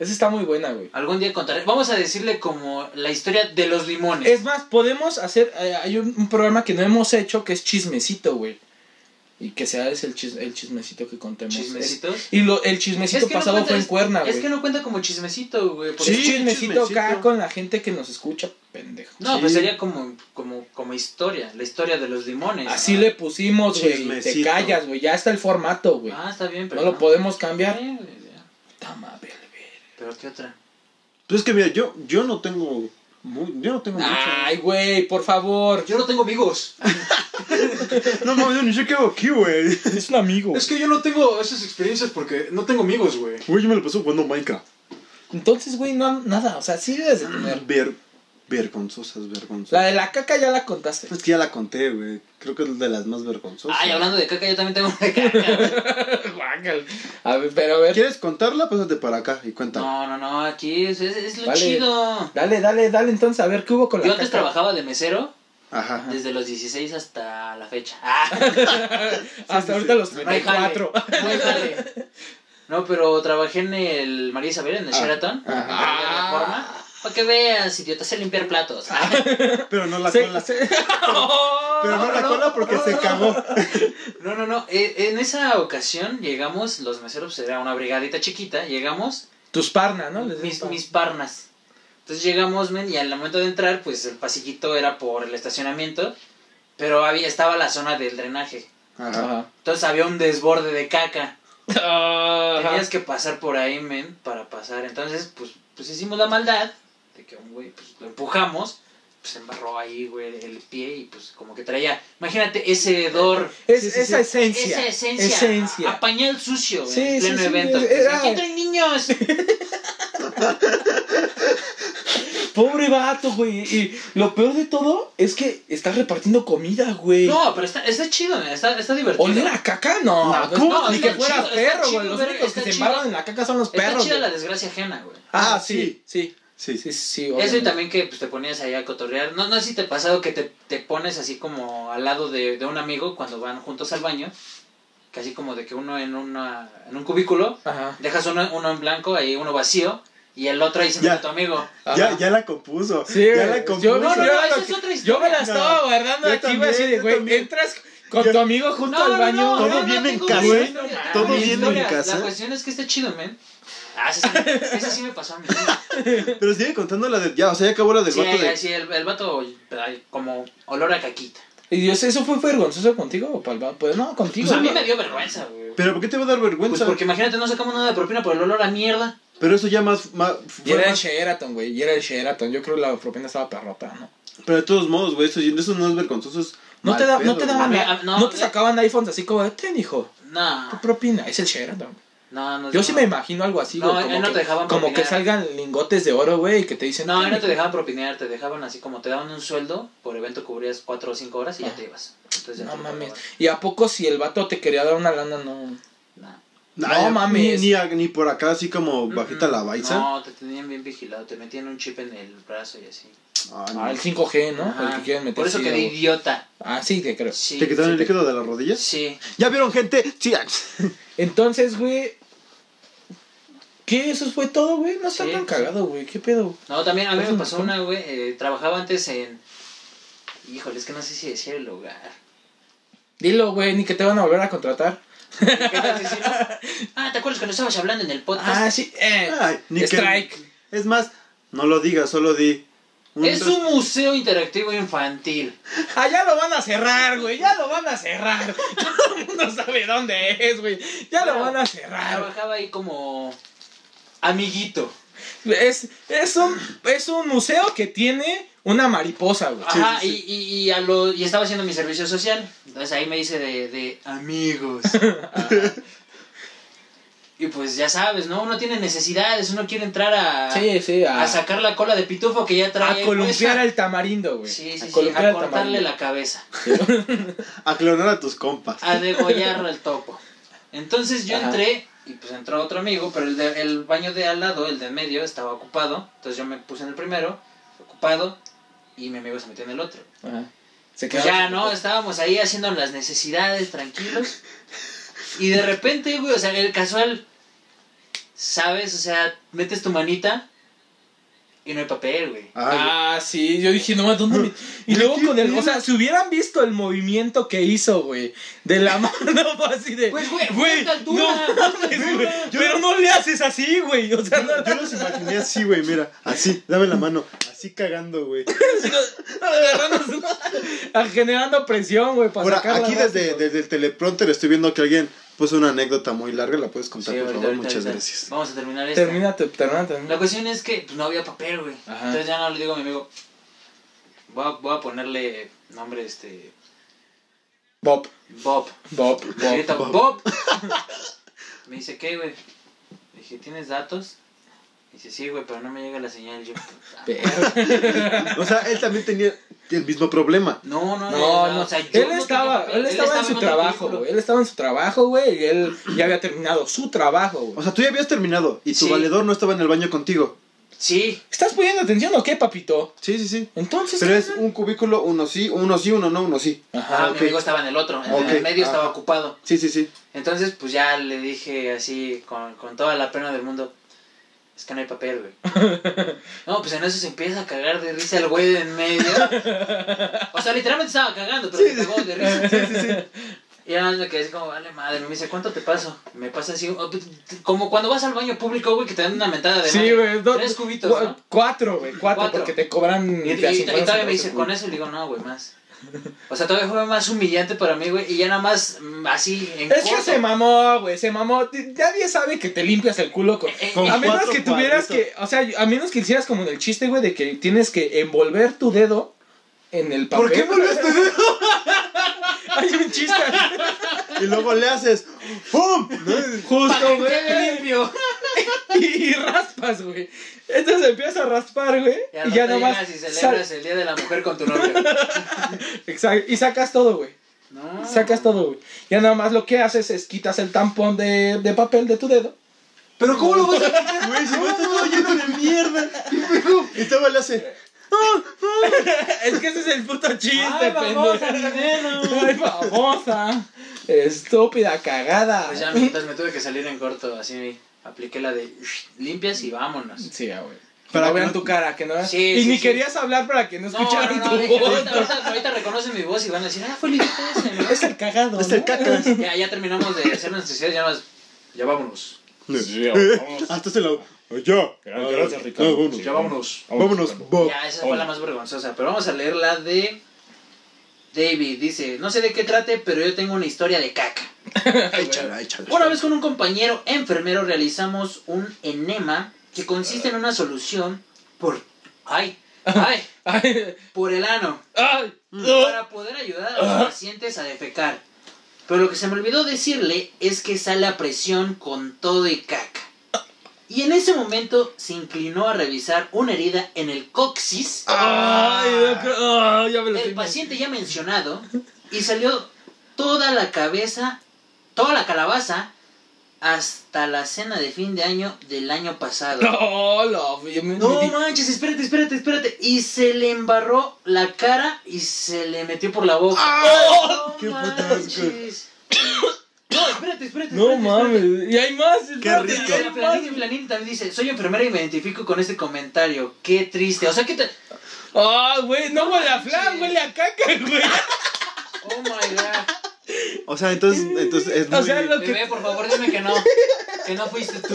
Speaker 2: Esa está muy buena, güey.
Speaker 3: Algún día contaré. Vamos a decirle como la historia de los limones.
Speaker 2: Es más, podemos hacer. eh, hay un, un programa que no hemos hecho que es chismecito, güey. Y que sea es el, chis- el chismecito que contemos.
Speaker 3: ¿Chismecitos?
Speaker 2: Es- y lo, el chismecito
Speaker 3: que no
Speaker 2: pasado
Speaker 3: cuenta-
Speaker 2: fue en
Speaker 3: es-
Speaker 2: cuerna,
Speaker 3: Es
Speaker 2: güey.
Speaker 3: que no cuenta como chismecito, güey. porque-
Speaker 2: Es
Speaker 1: Sí,
Speaker 2: chismecito acá
Speaker 1: chismecito.
Speaker 2: con la gente que nos escucha, pendejo.
Speaker 3: No,
Speaker 1: Sí.
Speaker 3: pues sería como, como, como historia. La historia de los limones.
Speaker 2: Así
Speaker 3: ¿no?
Speaker 2: le pusimos, güey. Te
Speaker 1: Chismecito.
Speaker 2: callas, güey. Ya está el formato, güey.
Speaker 3: Ah, está bien, pero.
Speaker 2: no lo podemos cambiar.
Speaker 3: Sí, güey, ya.
Speaker 2: Puta madre, güey.
Speaker 3: Pero qué otra.
Speaker 1: Pues es que mira, yo, yo no tengo. mu- yo no tengo
Speaker 2: Ay, güey, por favor.
Speaker 3: Yo no tengo amigos.
Speaker 1: mucho. No mames, yo ni sé qué hago aquí, güey. <laughs>
Speaker 2: Es un amigo.
Speaker 3: que yo no tengo esas experiencias porque no tengo amigos, güey.
Speaker 1: Güey, yo me lo paso jugando Minecraft.
Speaker 2: Entonces, güey, no, nada. O sea, sí debes de tener.
Speaker 1: Ver, vergonzosas, vergonzosas.
Speaker 2: La de la caca ya la
Speaker 1: <laughs>
Speaker 2: contaste.
Speaker 1: Es que ya la conté, güey. Creo que es de las más vergonzosas.
Speaker 3: Ay, hablando de caca, yo también tengo una <laughs> caca.
Speaker 2: Guácala. A ver, pero a ver.
Speaker 1: ¿Quieres contarla? Pásate para acá y cuéntame.
Speaker 3: no, no, no. Aquí es, es, es lo
Speaker 2: Vale.
Speaker 3: chido.
Speaker 2: Dale, dale, dale entonces, a ver qué hubo con la
Speaker 3: Yo antes
Speaker 2: caca?
Speaker 3: trabajaba de mesero
Speaker 1: Ajá.
Speaker 3: desde los 16 hasta la fecha.
Speaker 2: <laughs>
Speaker 3: Ah.
Speaker 2: Hasta ahorita los
Speaker 3: No hay jale,
Speaker 2: 34.
Speaker 3: No hay jale. No, pero trabajé en el María Isabel, en el
Speaker 1: Ah.
Speaker 3: Sheraton.
Speaker 2: Ah.
Speaker 3: Para que veas, idiota, sé limpiar platos.
Speaker 1: Pero no la
Speaker 2: Sí,
Speaker 1: cola.
Speaker 2: sí. <laughs>
Speaker 1: Pero no la cola porque se cagó.
Speaker 3: No, no, no. eh, en esa ocasión llegamos, los meseros, era una brigadita chiquita, llegamos,
Speaker 2: Tus parna, ¿no? Les
Speaker 3: mis,
Speaker 2: dicen
Speaker 3: mis parnas. Entonces llegamos, men, y al momento de entrar, pues el pasillito era por el estacionamiento, pero había, estaba la zona del drenaje.
Speaker 1: Ajá.
Speaker 2: parna.
Speaker 3: Entonces había un desborde de caca.
Speaker 2: Ajá.
Speaker 3: Tenías que pasar por ahí, men, para pasar. Entonces, pues, pues hicimos la maldad de que un güey, pues lo empujamos, pues se embarró ahí, güey, el pie y pues como que traía. Imagínate ese hedor,
Speaker 2: <laughs> Es,
Speaker 1: Sí, sí,
Speaker 2: esa
Speaker 1: sí.
Speaker 2: esencia.
Speaker 3: esa esencia,
Speaker 2: Esencia.
Speaker 3: a- a pañal sucio
Speaker 2: Sí,
Speaker 3: en
Speaker 2: sí,
Speaker 3: pleno
Speaker 2: sí,
Speaker 3: evento.
Speaker 2: era-
Speaker 3: ¡Aquí traen niños!
Speaker 2: Pobre vato, güey. Y lo peor de todo es que estás repartiendo comida, güey.
Speaker 3: No, pero está, está chido, men, está, está divertido.
Speaker 2: ¿Oler a caca? No.
Speaker 1: No,
Speaker 2: no,
Speaker 1: ¿cómo?
Speaker 2: no, Ni
Speaker 3: Está
Speaker 2: que fueras
Speaker 3: chido, está
Speaker 2: perro,
Speaker 3: chido,
Speaker 2: güey. Los
Speaker 3: pero
Speaker 2: únicos que
Speaker 3: está
Speaker 2: se
Speaker 3: chido.
Speaker 2: embarran en la caca son los
Speaker 3: Está
Speaker 2: perros.
Speaker 3: chida
Speaker 2: güey.
Speaker 3: la desgracia ajena, güey.
Speaker 2: Ah,
Speaker 1: Ah,
Speaker 2: sí, sí.
Speaker 1: Sí.
Speaker 2: Sí, sí, sí.
Speaker 3: Eso y
Speaker 2: obviamente.
Speaker 3: también que pues, te ponías ahí a cotorrear. No, no sé si te ha pasado que te, te pones así como al lado de, de un amigo cuando van juntos al baño. Que así como de que uno en, una, en un cubículo,
Speaker 2: Ajá.
Speaker 3: dejas uno, uno en blanco, ahí uno vacío, y el otro ahí se mete
Speaker 1: Ya.
Speaker 3: tu amigo.
Speaker 1: Ya,
Speaker 2: Ajá.
Speaker 1: ya la compuso.
Speaker 2: Sí,
Speaker 1: ya
Speaker 2: güey.
Speaker 1: la compuso.
Speaker 2: Yo,
Speaker 3: No, no,
Speaker 2: yo
Speaker 3: no, esa
Speaker 2: lo
Speaker 3: es
Speaker 2: que- yo me
Speaker 3: otra historia.
Speaker 2: la estaba
Speaker 1: No,
Speaker 2: guardando
Speaker 1: yo
Speaker 2: aquí, güey,
Speaker 1: también,
Speaker 2: así de,
Speaker 1: yo
Speaker 2: güey,
Speaker 1: también.
Speaker 2: entras con
Speaker 1: Yo-
Speaker 2: tu amigo junto al baño.
Speaker 1: no,
Speaker 2: güey.
Speaker 1: todo bien en
Speaker 3: tengo
Speaker 1: casa,
Speaker 3: mis
Speaker 1: ¿eh?
Speaker 3: historias,
Speaker 1: Todo
Speaker 3: mis
Speaker 1: bien en
Speaker 3: historias.
Speaker 1: casa.
Speaker 3: La cuestión es que está chido, men. Ah, esa sí, esa sí
Speaker 1: <laughs>
Speaker 3: me pasó a mí.
Speaker 1: Pero sigue contando la de. Ya, o sea, ya acabó la del
Speaker 3: Sí,
Speaker 1: vato de. Pues
Speaker 3: sí, el, el vato ay, como olor a caquita.
Speaker 2: Y yo sé, ¿eso fue vergonzoso contigo o palva? Pues no, contigo.
Speaker 3: Pues a mí
Speaker 2: ¿no?
Speaker 3: me dio vergüenza, güey.
Speaker 1: Pero ¿por qué te va a dar
Speaker 3: Pues
Speaker 1: vergüenza?
Speaker 3: porque imagínate, no sacamos nada de propina por el olor a mierda.
Speaker 1: Pero eso ya más... más-
Speaker 2: Y
Speaker 1: fue
Speaker 2: era el
Speaker 1: más-
Speaker 2: Sheraton, güey. Y era el Sheraton. Yo creo que la propina estaba perrota, ¿no?
Speaker 1: pero de todos modos, güey, eso, eso no es vergonzoso. es
Speaker 2: No
Speaker 1: mal
Speaker 2: te, da-
Speaker 1: pedo,
Speaker 2: no te
Speaker 1: güey.
Speaker 2: daban
Speaker 3: A mí-
Speaker 2: la-
Speaker 3: a-
Speaker 2: no,
Speaker 3: no, Ah.
Speaker 2: te
Speaker 3: güey.
Speaker 2: sacaban iPhones así como, ten, hijo,
Speaker 3: Nah.
Speaker 2: tu propina. Es el Sheraton.
Speaker 3: No, no.
Speaker 2: Yo sí
Speaker 3: no.
Speaker 2: me imagino algo así, güey.
Speaker 3: No,
Speaker 2: como
Speaker 3: ahí no
Speaker 2: que,
Speaker 3: te dejaban
Speaker 2: como que
Speaker 3: propinar.
Speaker 2: salgan lingotes de oro, güey, y que te dicen.
Speaker 3: No,
Speaker 2: "Ten,
Speaker 3: ahí no te
Speaker 2: hijo".
Speaker 3: dejaban propinar, te dejaban así como te daban un sueldo, por evento cubrías 4 o 5 horas
Speaker 1: Ah.
Speaker 3: y ya te ibas. Entonces ya
Speaker 2: No
Speaker 3: te lo
Speaker 2: mames.
Speaker 3: pagaban.
Speaker 2: ¿Y a poco si el vato te quería dar una lana, no?
Speaker 3: Nah.
Speaker 1: Nah,
Speaker 2: No mames.
Speaker 1: Ni, ni, a- ni por acá así como bajita la baiza.
Speaker 3: No, te tenían bien vigilado, te metían un chip en el brazo y así.
Speaker 1: Ay, no.
Speaker 2: Ah, el 5G, ¿no?
Speaker 3: Ajá.
Speaker 2: El que quieren meter.
Speaker 3: Por eso
Speaker 2: sí,
Speaker 3: quedé
Speaker 2: güey.
Speaker 3: idiota.
Speaker 2: Ah, sí, te creo.
Speaker 3: Sí.
Speaker 1: ¿Te quitaron
Speaker 3: sí,
Speaker 1: el líquido de las rodillas?
Speaker 3: Sí.
Speaker 1: ¿Ya vieron, gente? Sí.
Speaker 2: Entonces, güey. ¿Qué? ¿Eso fue todo, güey? No está
Speaker 3: Sí,
Speaker 2: tan
Speaker 3: sí.
Speaker 2: cagado, güey. ¿Qué pedo?
Speaker 3: No, también a mí
Speaker 2: Eso
Speaker 3: me
Speaker 2: me
Speaker 3: pasó
Speaker 2: tocó.
Speaker 3: una, güey. eh, trabajaba antes en. Híjole, es que no sé si decía el lugar.
Speaker 2: Dilo, güey, ni que te van a volver a contratar.
Speaker 3: ¿Qué tal si sí, no? Ah, ¿te acuerdas cuando estabas hablando en el podcast?
Speaker 2: Ah, sí. Eh.
Speaker 1: Ay, ni que-
Speaker 2: Strike.
Speaker 1: Es más, no lo digas, solo di. un-
Speaker 3: es un museo interactivo infantil.
Speaker 2: Ah, ya lo van a cerrar, güey. Ya lo van a cerrar. <laughs> Todo el mundo sabe dónde es, güey. Ya lo van a cerrar.
Speaker 3: Trabajaba ahí como. Amiguito.
Speaker 2: Es, es, un, es un museo que tiene una mariposa, güey.
Speaker 3: Ajá,
Speaker 1: sí,
Speaker 3: Y, y, y, a lo, y estaba haciendo mi servicio social. Entonces ahí me hice de, de
Speaker 1: <laughs>
Speaker 3: amigos. y pues ya sabes, ¿no? Uno tiene necesidades, uno quiere entrar a,
Speaker 2: Sí, sí.
Speaker 3: a sacar la cola de pitufo que ya trae.
Speaker 2: A columpiar
Speaker 3: <laughs> puesta.
Speaker 2: al tamarindo, güey.
Speaker 3: Sí, sí, sí,
Speaker 2: columpiar
Speaker 3: a
Speaker 2: al
Speaker 3: cortarle
Speaker 2: tamarindo.
Speaker 3: la cabeza,
Speaker 1: A clonar a tus compas.
Speaker 3: a degollar al topo. Entonces yo
Speaker 2: Ajá.
Speaker 3: entré y pues entró otro amigo, pero el, de- el baño de al lado, el de en medio, estaba ocupado. Entonces yo me puse en el primero, ocupado, y mi amigo se metió en el otro.
Speaker 2: Ajá. Se
Speaker 3: Pues
Speaker 2: quedaron
Speaker 3: ya,
Speaker 2: sin-
Speaker 3: ¿no? Estábamos ahí haciendo las necesidades, tranquilos. Y de repente, güey, o sea, el casual, ¿sabes? O sea, metes tu manita y no hay papel, güey.
Speaker 1: Ay,
Speaker 2: Ah, sí, yo dije, no más, ¿dónde me- Y luego con el. O sea, si hubieran visto el movimiento que hizo, güey, de la <laughs> mano, fue así de.
Speaker 3: Pues, güey,
Speaker 2: güey,
Speaker 3: fue a esta altura,
Speaker 2: no
Speaker 3: fue a esta
Speaker 2: mames,
Speaker 3: altura.
Speaker 2: güey, Pero no le haces así, güey. O sea, no
Speaker 1: yo, yo los imaginé así, güey, mira. Así, dame la mano. Así cagando,
Speaker 3: <laughs>
Speaker 1: güey.
Speaker 2: sino <laughs> agarrando- a- Ah, generando presión, güey, para
Speaker 1: Ahora,
Speaker 2: sacarla
Speaker 1: aquí
Speaker 2: rápido.
Speaker 1: desde, desde el teleprompter estoy viendo que alguien puso una anécdota muy larga. ¿La puedes
Speaker 3: Sí,
Speaker 1: contar,
Speaker 3: ahorita,
Speaker 1: por favor?
Speaker 3: ahorita,
Speaker 1: Muchas
Speaker 3: ahorita.
Speaker 1: gracias.
Speaker 3: Vamos a terminar esto.
Speaker 2: Termina, tu- termina, termina.
Speaker 3: La cuestión es que pues, no había papel, güey.
Speaker 2: Ajá.
Speaker 3: Entonces ya no le digo a mi amigo, voy a, voy a ponerle nombre, este,
Speaker 2: Bob,
Speaker 3: Bob.
Speaker 2: Bob,
Speaker 3: Me grita,
Speaker 2: Bob.
Speaker 3: Bob. Me dice, ¿qué, güey? Le dije, ¿tienes datos? Me dice, sí, güey, pero no me llega la señal. Yo, puta.
Speaker 2: Pero-
Speaker 1: O sea, él también tenía el mismo problema.
Speaker 3: No, no,
Speaker 2: No,
Speaker 3: eh,
Speaker 2: no,
Speaker 3: o sea, yo no
Speaker 2: él,
Speaker 3: tenía
Speaker 2: estaba,
Speaker 3: papel.
Speaker 2: él estaba en su
Speaker 3: mandando
Speaker 2: trabajo,
Speaker 3: currículum.
Speaker 2: güey. Él estaba en su trabajo, güey, y él ya había terminado su trabajo,
Speaker 1: O
Speaker 2: güey.
Speaker 1: sea, tú ya habías terminado y tu
Speaker 3: Sí.
Speaker 1: valedor no estaba en el baño contigo.
Speaker 3: Sí,
Speaker 2: ¿Estás poniendo atención o qué, papito?
Speaker 1: Sí, sí, sí.
Speaker 2: Entonces.
Speaker 1: Pero es
Speaker 2: ¿qué?
Speaker 1: un cubículo, uno sí, uno sí, uno no, uno sí.
Speaker 3: ah,
Speaker 2: Ajá.
Speaker 1: ok.
Speaker 3: mi amigo estaba en el otro, en
Speaker 1: Ok,
Speaker 3: el medio
Speaker 1: ajá.
Speaker 3: estaba ocupado.
Speaker 1: Sí, sí, sí.
Speaker 3: Entonces, pues ya le dije así, con, con toda la pena del mundo, es que no hay papel, güey. No, pues en eso se empieza a cagar de risa el güey de en medio. O sea, literalmente estaba cagando, pero se cagó de risa.
Speaker 1: Sí, sí, sí.
Speaker 3: Y además me quedé así como, vale madre, me dice, ¿cuánto te paso? Me pasa así, oh, pues, como cuando vas al baño público, güey, que te dan una mentada de
Speaker 2: Sí,
Speaker 3: madre.
Speaker 2: güey. do-
Speaker 3: Tres cubitos,
Speaker 2: cua-
Speaker 3: ¿no?
Speaker 2: Cuatro, güey. Cuatro,
Speaker 3: Cuatro.
Speaker 2: porque te cobran.
Speaker 3: Y, y-
Speaker 2: de a
Speaker 3: y
Speaker 2: 50
Speaker 3: todavía
Speaker 2: centavos
Speaker 3: me dice,
Speaker 2: el
Speaker 3: con
Speaker 2: cubo.
Speaker 3: eso le digo, no, güey, más. O sea, todavía fue más humillante para mí, güey, y ya nada más mm, así en
Speaker 2: Es que
Speaker 3: corto. <laughs>
Speaker 2: se mamó, güey, se mamó. Ti- Nadie sabe que te limpias el culo con.
Speaker 3: Eh,
Speaker 1: Con
Speaker 2: a menos
Speaker 1: cuatro
Speaker 2: que tuvieras que.
Speaker 1: cuadritos.
Speaker 2: O sea, a menos que hicieras como en el chiste, güey, de que tienes que envolver tu dedo en el papel.
Speaker 1: ¿Por qué
Speaker 2: <laughs>
Speaker 1: volviste?
Speaker 2: Hay un chiste.
Speaker 1: Y luego le haces ¡Pum!
Speaker 2: Justo,
Speaker 3: Para que
Speaker 2: güey.
Speaker 3: quede limpio.
Speaker 2: Y, y raspas, güey. Entonces empiezas a raspar, güey.
Speaker 3: Y, al
Speaker 2: Y ya
Speaker 3: rato
Speaker 2: nomás.
Speaker 3: llegas y celebras
Speaker 2: sal-
Speaker 3: el Día de la Mujer con tu novio. <laughs>
Speaker 2: Exacto. Y sacas todo, güey.
Speaker 3: No.
Speaker 2: Sacas todo, güey. Ya nada más lo que haces es quitas el tampón de, de papel de tu
Speaker 3: <laughs>
Speaker 2: dedo.
Speaker 1: ¿Pero cómo lo vas a quitar? Güey, si no está todo lleno de mierda. Y todavía le hace
Speaker 2: es que ese es el puto chiste,
Speaker 3: Ay, babosa,
Speaker 2: pendejo.
Speaker 3: dinero.
Speaker 2: Ay, babosa. Estúpida cagada.
Speaker 3: Pues ya, entonces me tuve que salir en corto, así apliqué la de "Ush, limpias y vámonos.
Speaker 2: Sí, ya, güey.
Speaker 1: Para
Speaker 2: Para
Speaker 1: que
Speaker 2: vean
Speaker 1: no-
Speaker 2: tu cara, que no
Speaker 3: Sí,
Speaker 2: Y
Speaker 3: sí,
Speaker 2: ni
Speaker 3: sí.
Speaker 2: querías hablar para que no
Speaker 3: No, no,
Speaker 2: escucharan
Speaker 3: no,
Speaker 2: tu
Speaker 3: dije,
Speaker 2: voz.
Speaker 3: ahorita, ahorita- ahorita reconocen mi voz y van a decir, ah, fue el idiota ese, ¿no?".
Speaker 2: Es el cagado.
Speaker 1: Es el
Speaker 2: ¿no?
Speaker 1: caca.
Speaker 3: <laughs> Ya, ya terminamos de hacer las necesidades, ya nos- Ya vámonos.
Speaker 1: Hasta Ah, se lo. Ya.
Speaker 2: Gracias, Ricardo.
Speaker 1: Ah, vámonos.
Speaker 3: Ya vámonos.
Speaker 1: Vámonos, Bob.
Speaker 3: Ya, esa fue la más vergonzosa. Pero vamos a leer la de David dice, no sé de qué trate, pero yo tengo una historia de <laughs> caca.
Speaker 1: Échala, échala.
Speaker 3: Una vez con un compañero enfermero realizamos un enema que consiste en una solución por... ¡Ay! ¡Ay!
Speaker 2: <laughs> Ay,
Speaker 3: Por el ano.
Speaker 2: ay,
Speaker 3: Para poder ayudar a los pacientes a defecar. Pero lo que se me olvidó decirle es que sale a presión con todo y caca. Y en ese momento se inclinó a revisar una herida en el coxis.
Speaker 2: ay, yo creo- ay, ya me lo
Speaker 3: El
Speaker 2: estoy-
Speaker 3: paciente ya mencionado y salió toda la cabeza, toda la calabaza hasta la cena de fin de año del año pasado.
Speaker 2: No, no, yo me-
Speaker 3: No
Speaker 2: me di-
Speaker 3: manches, espérate, espérate, espérate. Y se le embarró la cara y se le metió por la boca. Oh,
Speaker 1: ¡Ah!
Speaker 3: No
Speaker 1: ¡Qué puto asco!
Speaker 3: manches. No, espérate, espérate, espérate.
Speaker 2: No
Speaker 3: espérate.
Speaker 2: mames, y hay más. espérate,
Speaker 1: rico.
Speaker 3: Y
Speaker 2: hay
Speaker 3: el
Speaker 2: más.
Speaker 3: Planín- Planín también dice, soy enfermera y me identifico con este comentario. Qué triste. O sea, que te...
Speaker 2: Ah, güey, no huele a flan,
Speaker 3: Sí.
Speaker 2: huele a caca, güey.
Speaker 3: Oh my god.
Speaker 1: O sea, entonces, entonces es
Speaker 2: <laughs> O
Speaker 1: muy...
Speaker 2: sea, lo-
Speaker 3: Bebé, por favor, dime que no. Que no fuiste tú.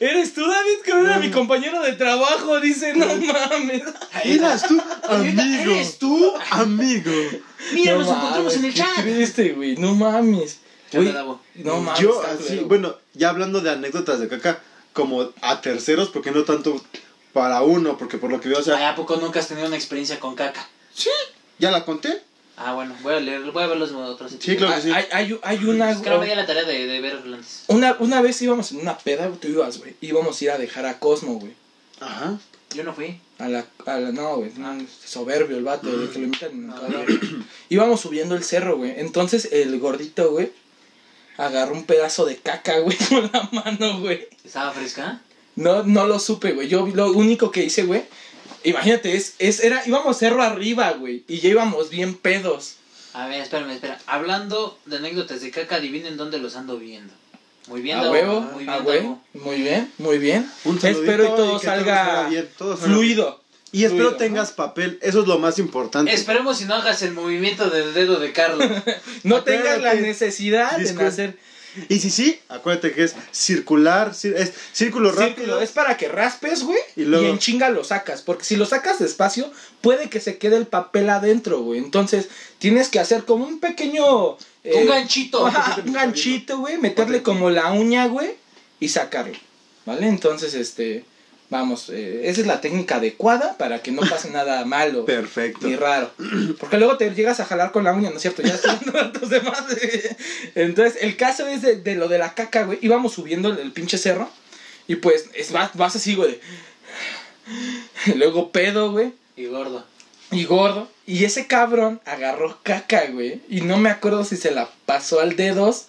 Speaker 2: ¿Eres tú, David? Que era
Speaker 3: Mm.
Speaker 2: mi compañero de trabajo, dice, no mames.
Speaker 1: Eras tú,
Speaker 3: Ahorita,
Speaker 1: amigo.
Speaker 3: ¿Eres tú?
Speaker 1: Amigo.
Speaker 3: Mira, nos
Speaker 2: No
Speaker 3: encontramos
Speaker 2: mames,
Speaker 3: en el
Speaker 2: qué
Speaker 3: chat.
Speaker 2: triste, güey, no mames.
Speaker 3: Ya te
Speaker 2: Güey,
Speaker 3: dabo.
Speaker 2: no mames.
Speaker 1: Yo
Speaker 2: está
Speaker 1: así,
Speaker 2: culero.
Speaker 1: bueno, ya hablando de anécdotas de caca, como a terceros, porque no tanto para uno, porque por lo que veo, o
Speaker 3: Ay,
Speaker 1: sea,
Speaker 3: ¿a poco nunca has tenido una experiencia con caca?
Speaker 1: ya la conté.
Speaker 3: Ah, bueno, voy a leer, voy a ver los otros.
Speaker 1: Sí, claro.
Speaker 2: Ah,
Speaker 1: sí.
Speaker 2: Hay, hay, hay una,
Speaker 3: Es que no me di la tarea de, de ver antes.
Speaker 2: una. Una vez íbamos en una peda, tú ibas, güey. Íbamos a ir a dejar a Cosmo, güey.
Speaker 1: Ajá.
Speaker 3: Yo no fui.
Speaker 2: A la, a la- no, güey, no, soberbio el vato, güey, que lo invitan en el
Speaker 3: Ah.
Speaker 2: cabrón. Íbamos subiendo el cerro, güey. Entonces el gordito, güey, agarró un pedazo de caca, <laughs> güey, con la mano, güey.
Speaker 3: ¿Estaba fresca?
Speaker 2: No, no lo supe, güey. Yo vi- lo único que hice, güey, imagínate, es, es, era, íbamos cerro arriba, güey, y ya íbamos bien pedos.
Speaker 3: A ver, espérame, espera. Hablando de anécdotas de caca, adivinen dónde los ando viendo. Muy bien,
Speaker 2: a
Speaker 3: Davo,
Speaker 2: huevo,
Speaker 3: muy bien,
Speaker 2: a
Speaker 3: Davo.
Speaker 2: huevo. Muy bien, muy bien.
Speaker 1: Un saludito
Speaker 2: Espero y todo
Speaker 1: que
Speaker 2: salga
Speaker 1: salga bien, todo salga
Speaker 2: fluido.
Speaker 1: Y espero
Speaker 2: Fluido,
Speaker 1: tengas papel, eso es lo más importante.
Speaker 3: Esperemos si no hagas el movimiento del dedo
Speaker 2: <laughs>
Speaker 3: de Carlos.
Speaker 2: No tengas la
Speaker 1: Acuérdate.
Speaker 2: necesidad de
Speaker 1: Disculpa.
Speaker 2: hacer
Speaker 1: Y si sí, acuérdate que es circular, cir- es círculo rápido.
Speaker 2: Círculo, es para que raspes, güey,
Speaker 1: Y
Speaker 2: y,
Speaker 1: luego-
Speaker 2: en chinga lo sacas. Porque si lo sacas despacio, puede que se quede el papel adentro, güey. Entonces, tienes que hacer como un pequeño. eh,
Speaker 3: Un ganchito.
Speaker 2: ajá, <laughs> un ganchito, güey. Meterle como la uña, güey. Y sacarlo. ¿Vale? Entonces, este. Vamos, eh, esa es la técnica adecuada para que no pase nada malo.
Speaker 1: Perfecto.
Speaker 2: Ni raro. <clears throat> Porque luego te llegas a jalar con la uña, ¿no es cierto? Ya estoy dando datos de más. eh. Entonces, el caso es de, de lo de la caca, güey. Íbamos subiendo el, el pinche cerro. Y pues, es, vas, vas así, güey. de- Luego pedo, güey.
Speaker 3: Y gordo.
Speaker 2: Y gordo. Y ese cabrón agarró caca, güey. Y no me acuerdo si se la pasó al dedos.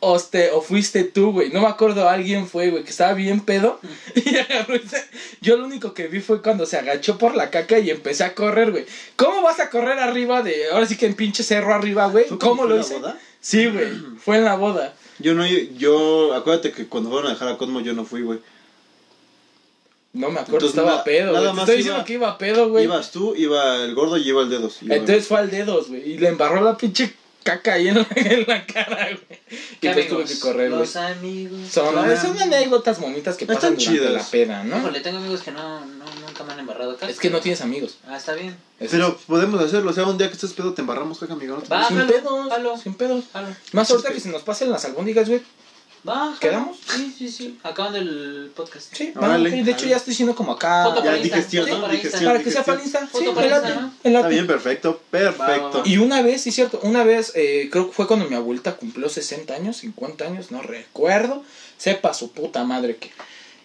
Speaker 2: O, este- o fuiste tú, güey. No me acuerdo, alguien fue, güey, que estaba bien pedo. <laughs> Y agarró ese- Yo lo único que vi fue cuando se agachó por la caca y empecé a correr, güey. ¿Cómo vas a correr arriba de. Ahora sí que en pinche cerro arriba, güey?
Speaker 1: ¿Fue cuando
Speaker 2: ¿Cómo
Speaker 1: fue
Speaker 2: lo
Speaker 1: la
Speaker 2: hice?
Speaker 1: boda?
Speaker 2: Sí, güey. Fue en la boda.
Speaker 1: Yo no, yo, acuérdate que cuando fueron a dejar a Cosmo yo no fui, güey.
Speaker 2: No me acuerdo,
Speaker 1: Entonces,
Speaker 2: estaba
Speaker 1: na-
Speaker 2: pedo,
Speaker 1: nada
Speaker 2: güey. Te
Speaker 1: más
Speaker 2: estoy diciendo
Speaker 1: iba-
Speaker 2: que iba pedo, güey.
Speaker 1: Ibas tú, iba el gordo y iba el dedos. Iba-
Speaker 2: Entonces fue al dedos, güey. Y le embarró la pinche caca ahí en la, <laughs> en la cara, güey. Y
Speaker 3: ¿Qué
Speaker 2: pues tuve
Speaker 3: amigos?
Speaker 2: que correr, güey.
Speaker 3: Los amigos.
Speaker 2: Son,
Speaker 1: son
Speaker 2: son anécdotas bonitas que
Speaker 1: Están
Speaker 2: pasan durante
Speaker 1: chidas.
Speaker 2: la peda, ¿no?
Speaker 3: Híjole, tengo amigos que no, no, nunca me han embarrado acá.
Speaker 2: Es que no tienes amigos.
Speaker 3: Ah, está bien.
Speaker 2: Eso
Speaker 1: Pero podemos hacerlo, o sea, un día que estés pedo te embarramos, caca, amigo. no te-
Speaker 3: Va.
Speaker 2: es- sin
Speaker 3: Bájalo,
Speaker 2: pedos,
Speaker 3: bájalo.
Speaker 2: sin pedos.
Speaker 3: Jalo.
Speaker 2: Más ahorita que se nos pasen las albóndigas, güey.
Speaker 3: Va, jalo.
Speaker 2: ¿Quedamos?
Speaker 3: Sí, sí, sí. Acabando el podcast.
Speaker 2: Sí,
Speaker 1: Órale.
Speaker 2: vale. De hecho, ya estoy siendo como acá.
Speaker 3: Ah, Foto
Speaker 1: Ya,
Speaker 3: para
Speaker 2: para,
Speaker 3: Insta,
Speaker 1: digestión,
Speaker 3: foto
Speaker 1: ¿no?
Speaker 3: para Insta.
Speaker 1: Digestión.
Speaker 2: que sea para el Insta.
Speaker 3: Foto
Speaker 2: Sí,
Speaker 3: para
Speaker 2: el late,
Speaker 3: Insta, ¿no?
Speaker 2: el late.
Speaker 1: Está bien, perfecto,
Speaker 3: Va, va,
Speaker 1: perfecto.
Speaker 3: va.
Speaker 2: Y una vez, sí, cierto, una vez, eh, creo que fue cuando mi abuelita cumplió 60 años, 50 años, no recuerdo, sepa su puta madre que.